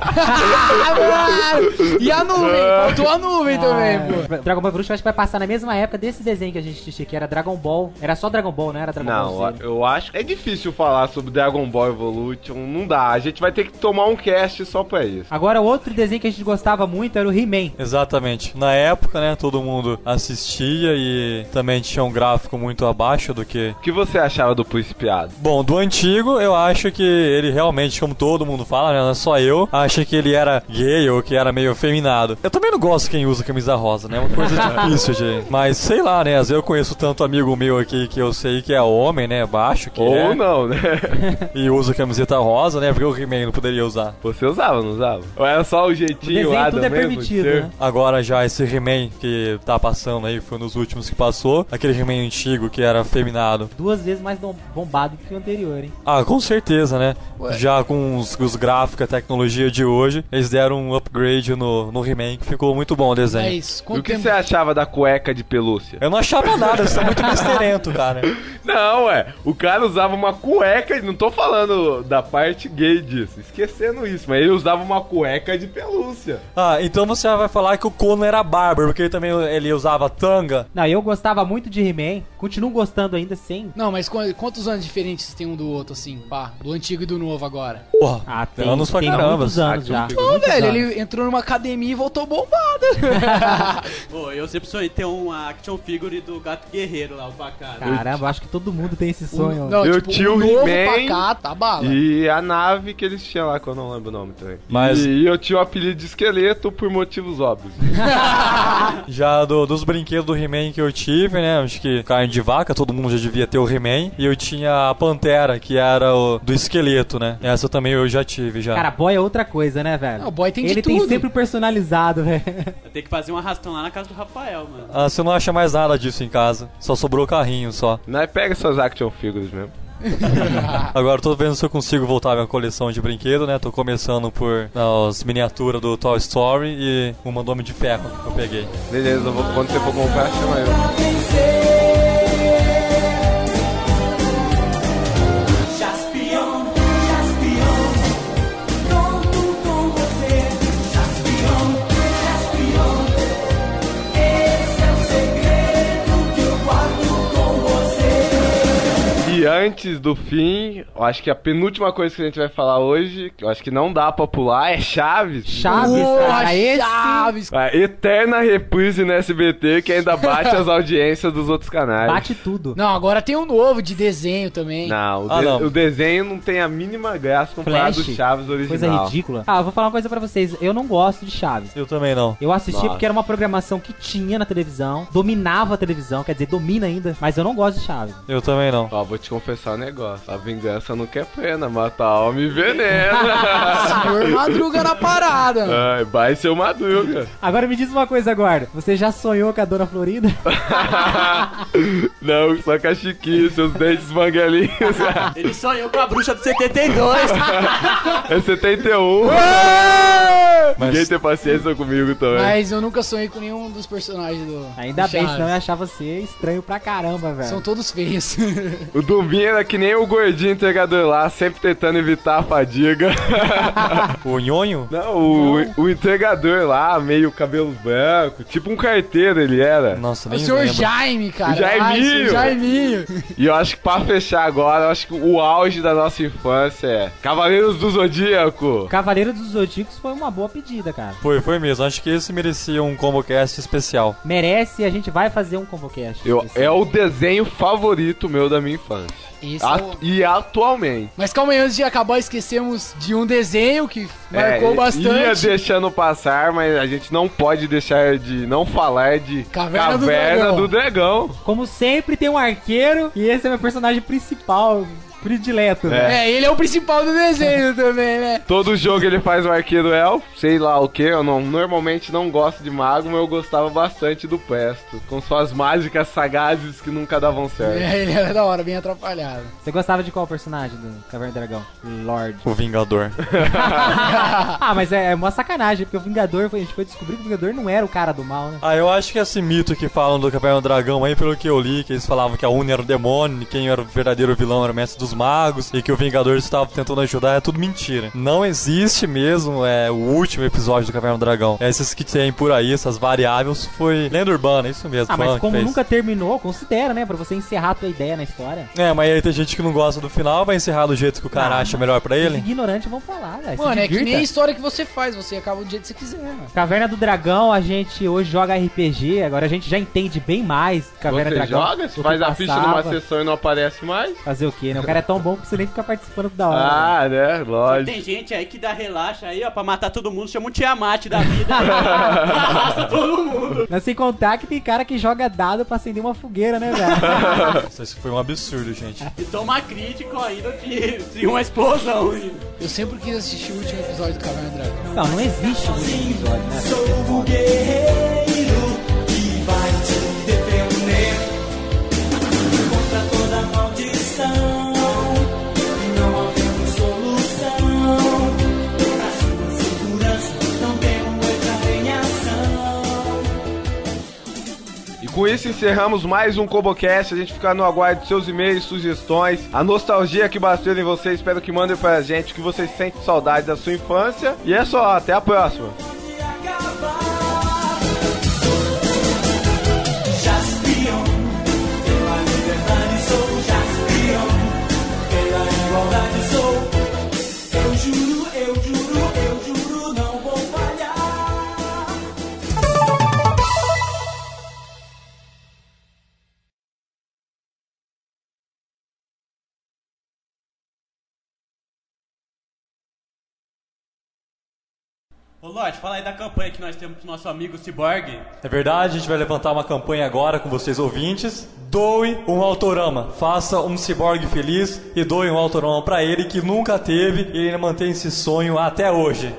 Ah, mano. E a nuvem? É. Faltou a nuvem também, pô. Ah, Dragon Ball Evolution acho que vai passar na mesma época desse desenho que a gente assistia, que era Dragon Ball. Era só Dragon Ball, não era Dragon Ball Não, Z. eu acho. É difícil falar sobre Dragon Ball Evolution. Não dá. A gente vai ter que tomar um cast só pra isso. Agora, outro desenho que a gente gostava muito era o He-Man. Exatamente. Na época, né, todo mundo assistia e também tinha um gráfico muito abaixo do que. O que você achava do Principiado? Bom, do antigo, eu acho que ele realmente, como todo mundo fala, né, não é só eu, acho que ele era gay ou que era meio feminado. Eu também não gosto quem usa camisa rosa, né? É uma coisa difícil, gente. Mas sei lá, né? Às vezes eu conheço tanto amigo meu aqui que eu sei que é homem, né? Baixo, que Ou é, não, né? e usa camiseta rosa, né? Porque o He-Man não poderia usar. Você usava, não usava? Ou era só o O jeitinho desenho lá tudo do é mesmo permitido, ser? né? Agora já esse He-Man que tá passando aí, foi um dos últimos que passou. Aquele He-Man antigo que era feminado. Duas vezes mais bom- bombado que o anterior, hein? Ah, com certeza, né? Ué. Já com os, os gráficos, a tecnologia de hoje, eles deram um upgrade no, no He-Man, que ficou muito bom o desenho. É isso. E o que você achava da cueca de pelúcia? Eu não achava nada, você tá muito misterento, cara. Não, ué. O cara usava uma cueca, e não tô falando da parte gay disso, esquecendo isso, mas ele usava uma cueca de pelúcia. Ah, então você já vai falar que o Conan era bárbaro, porque ele também ele usava tanga. Não, eu gostava muito de He-Man, continuo gostando ainda sem. Não, mas qu- quantos anos diferentes tem um do outro, assim, pá? Do antigo e do novo agora? Porra, ah, tem- anos pra tem caramba. muitos anos já. Não, velho, ele entrou numa academia e voltou bombado. Pô, eu sempre sonhei ter um action figure do Gato Guerreiro lá, o bacana. Caramba, acho que todo mundo tem esse sonho. não, Meu tipo, tio o novo He-Man pra cá, tá bala. E a nave que eles tinham lá, que eu não lembro o nome também. Mas- E eu tinha o apelido de esqueleto por motivos óbvios. Já do- dos brinquedos do He-Man que eu tive, né? Acho que carne de vaca, todo mundo já devia ter o He-Man. E eu tinha a Pantera, que era o do esqueleto, né? Essa também eu já tive já. Cara, boy é outra coisa, né, velho? Não, boy tem de Ele tem tudo. sempre o personalizado, velho. Tem que fazer um arrastão lá na casa do Rafael, mano. Ah, você não acha mais nada disso em casa. Só sobrou carrinho só. Não Né? pega essas action figures mesmo. Agora eu tô vendo se eu consigo voltar à minha coleção de brinquedo, né? Tô começando por ah, as miniaturas do Toy Story e uma do Homem de Ferro que eu peguei. Beleza, eu vou- quando você for comprar, chama eu. Jaspion, Jaspion, conto com você. Jaspion, Jaspion, esse é o segredo que eu guardo com você. E antes do fim, eu acho que a penúltima coisa que a gente vai falar hoje, que eu acho que não dá pra pular, é Chaves. Chaves, cara, esse... Chaves. A Ah, eterna reprise no SBT que ainda bate as audiências dos outros canais. Bate tudo. Não, agora tem um novo de desenho também. Não, o, Ah, de- não. o desenho não tem a mínima graça comparado Flash? ao Chaves original. Coisa ridícula. Ah, eu vou falar uma coisa pra vocês. Eu não gosto de Chaves. Eu também não. Eu assisti Nossa. porque era uma programação que tinha na televisão, dominava a televisão, quer dizer, domina ainda, mas eu não gosto de Chaves. Eu também não. Ó, vou te confessar um negócio. A vingança não quer pena, mata a alma e venena. Senhor Madruga na parada. mano. Ai, vai ser uma madruga. Agora me diz uma coisa, guarda. Você já sonhou com a Dona Florinda? Não, só com a Chiquinha, seus dentes manguelinhos. Ele sonhou com a bruxa de 72. é 71. Ninguém tem paciência comigo também. Mas eu nunca sonhei com nenhum dos personagens do. Ainda do bem, Chaves. senão eu ia achar você estranho pra caramba, velho. São todos feios. O Dumbinho era que nem o gordinho entregador lá, sempre tentando evitar a fadiga. O Nhonho? Não, o, o entregador lá, meio cabelo branco, tipo um carteiro ele era. Nossa, o senhor Jaime, cara. O Jaiminho. Ai, senhor Jaiminho. E eu acho que pra fechar agora, eu acho que o auge da nossa infância é Cavaleiros do Zodíaco. Cavaleiro dos Zodíacos foi uma boa pedida, cara. Foi, foi mesmo. Acho que esse merecia um ComboCast especial. Merece, a gente vai fazer um convocast. Eu, é o desenho favorito meu da minha infância. Esse At- é o- E atualmente. Mas calma aí, antes de acabar, esquecemos de um desenho que marcou É, bastante. Ia deixando passar, mas a gente não pode deixar de não falar de Caverna do Dragão. do Dragão. Como sempre, tem um arqueiro e esse é meu personagem principal, predileto, né? É, ele é o principal do desenho também, né? Todo jogo ele faz o arqueiro elfo, sei lá o que, eu não, normalmente não gosto de mago, mas eu gostava bastante do Presto, com suas mágicas sagazes que nunca davam certo. É, ele era da hora, bem atrapalhado. Você gostava de qual personagem do Caverna do Dragão? Lorde. O Vingador. ah, mas é, é uma sacanagem, porque o Vingador, foi- a gente foi descobrir que o Vingador não era o cara do mal, né? Ah, eu acho que esse mito que falam do Caverna do Dragão aí, pelo que eu li, que eles falavam que a Uni era o demônio, quem era o verdadeiro vilão era o mestre dos magos, e que o Vingador estava tentando ajudar, é tudo mentira. Não existe mesmo é, o último episódio do Caverna do Dragão. É Esses que tem por aí, essas variáveis, foi lenda urbana, é isso mesmo. Ah, foi mas ela que como fez. nunca terminou, considera, né? Pra você encerrar a tua ideia na história. É, mas aí tem gente que não gosta do final, vai encerrar do jeito que o cara acha melhor pra Os ele. ignorantes vão pra lá, velho. se Mano, é que divirta. nem a história que você faz, você acaba do jeito que você quiser, mano. Caverna do Dragão, a gente hoje joga RPG, agora a gente já entende bem mais Você Caverna do Dragão. joga? do que Você faz a ficha numa passava. sessão e não aparece mais? Fazer o quê, né? O cara é tão bom que você nem fica participando da hora. né? Ah, né? Tem Lógico. gente aí que dá relaxa aí, ó, pra matar todo mundo, chama um Tiamat da vida. Arrasta todo mundo. Mas sem contar que tem cara que joga dado pra acender uma fogueira, né, velho? Nossa, Isso foi um absurdo, gente. E toma crítico ainda que se uma explosão. Eu sempre quis assistir o último episódio do Caverna do Dragão. não, não existe um episódio, né? Sou o guerreiro que vai te defender contra toda maldição. Não havendo solução pra sua isso encerramos mais um Cobocast. A gente fica no aguardo de seus e-mails, sugestões, a nostalgia que bateu em você. Espero que mandem pra gente que vocês sentem saudade da sua infância. E é só, até a próxima. Jaspion, pela liberdade sou Jaspion, pela igualdade sou. Eu juro, eu juro, eu juro, não vou falhar. Ô Lorde, fala aí da campanha que nós temos pro nosso amigo Cyborg. É verdade, a gente vai levantar uma campanha agora com vocês ouvintes. Doe um autorama. Faça um ciborgue feliz e doe um autorama pra ele que nunca teve e ele mantém esse sonho até hoje.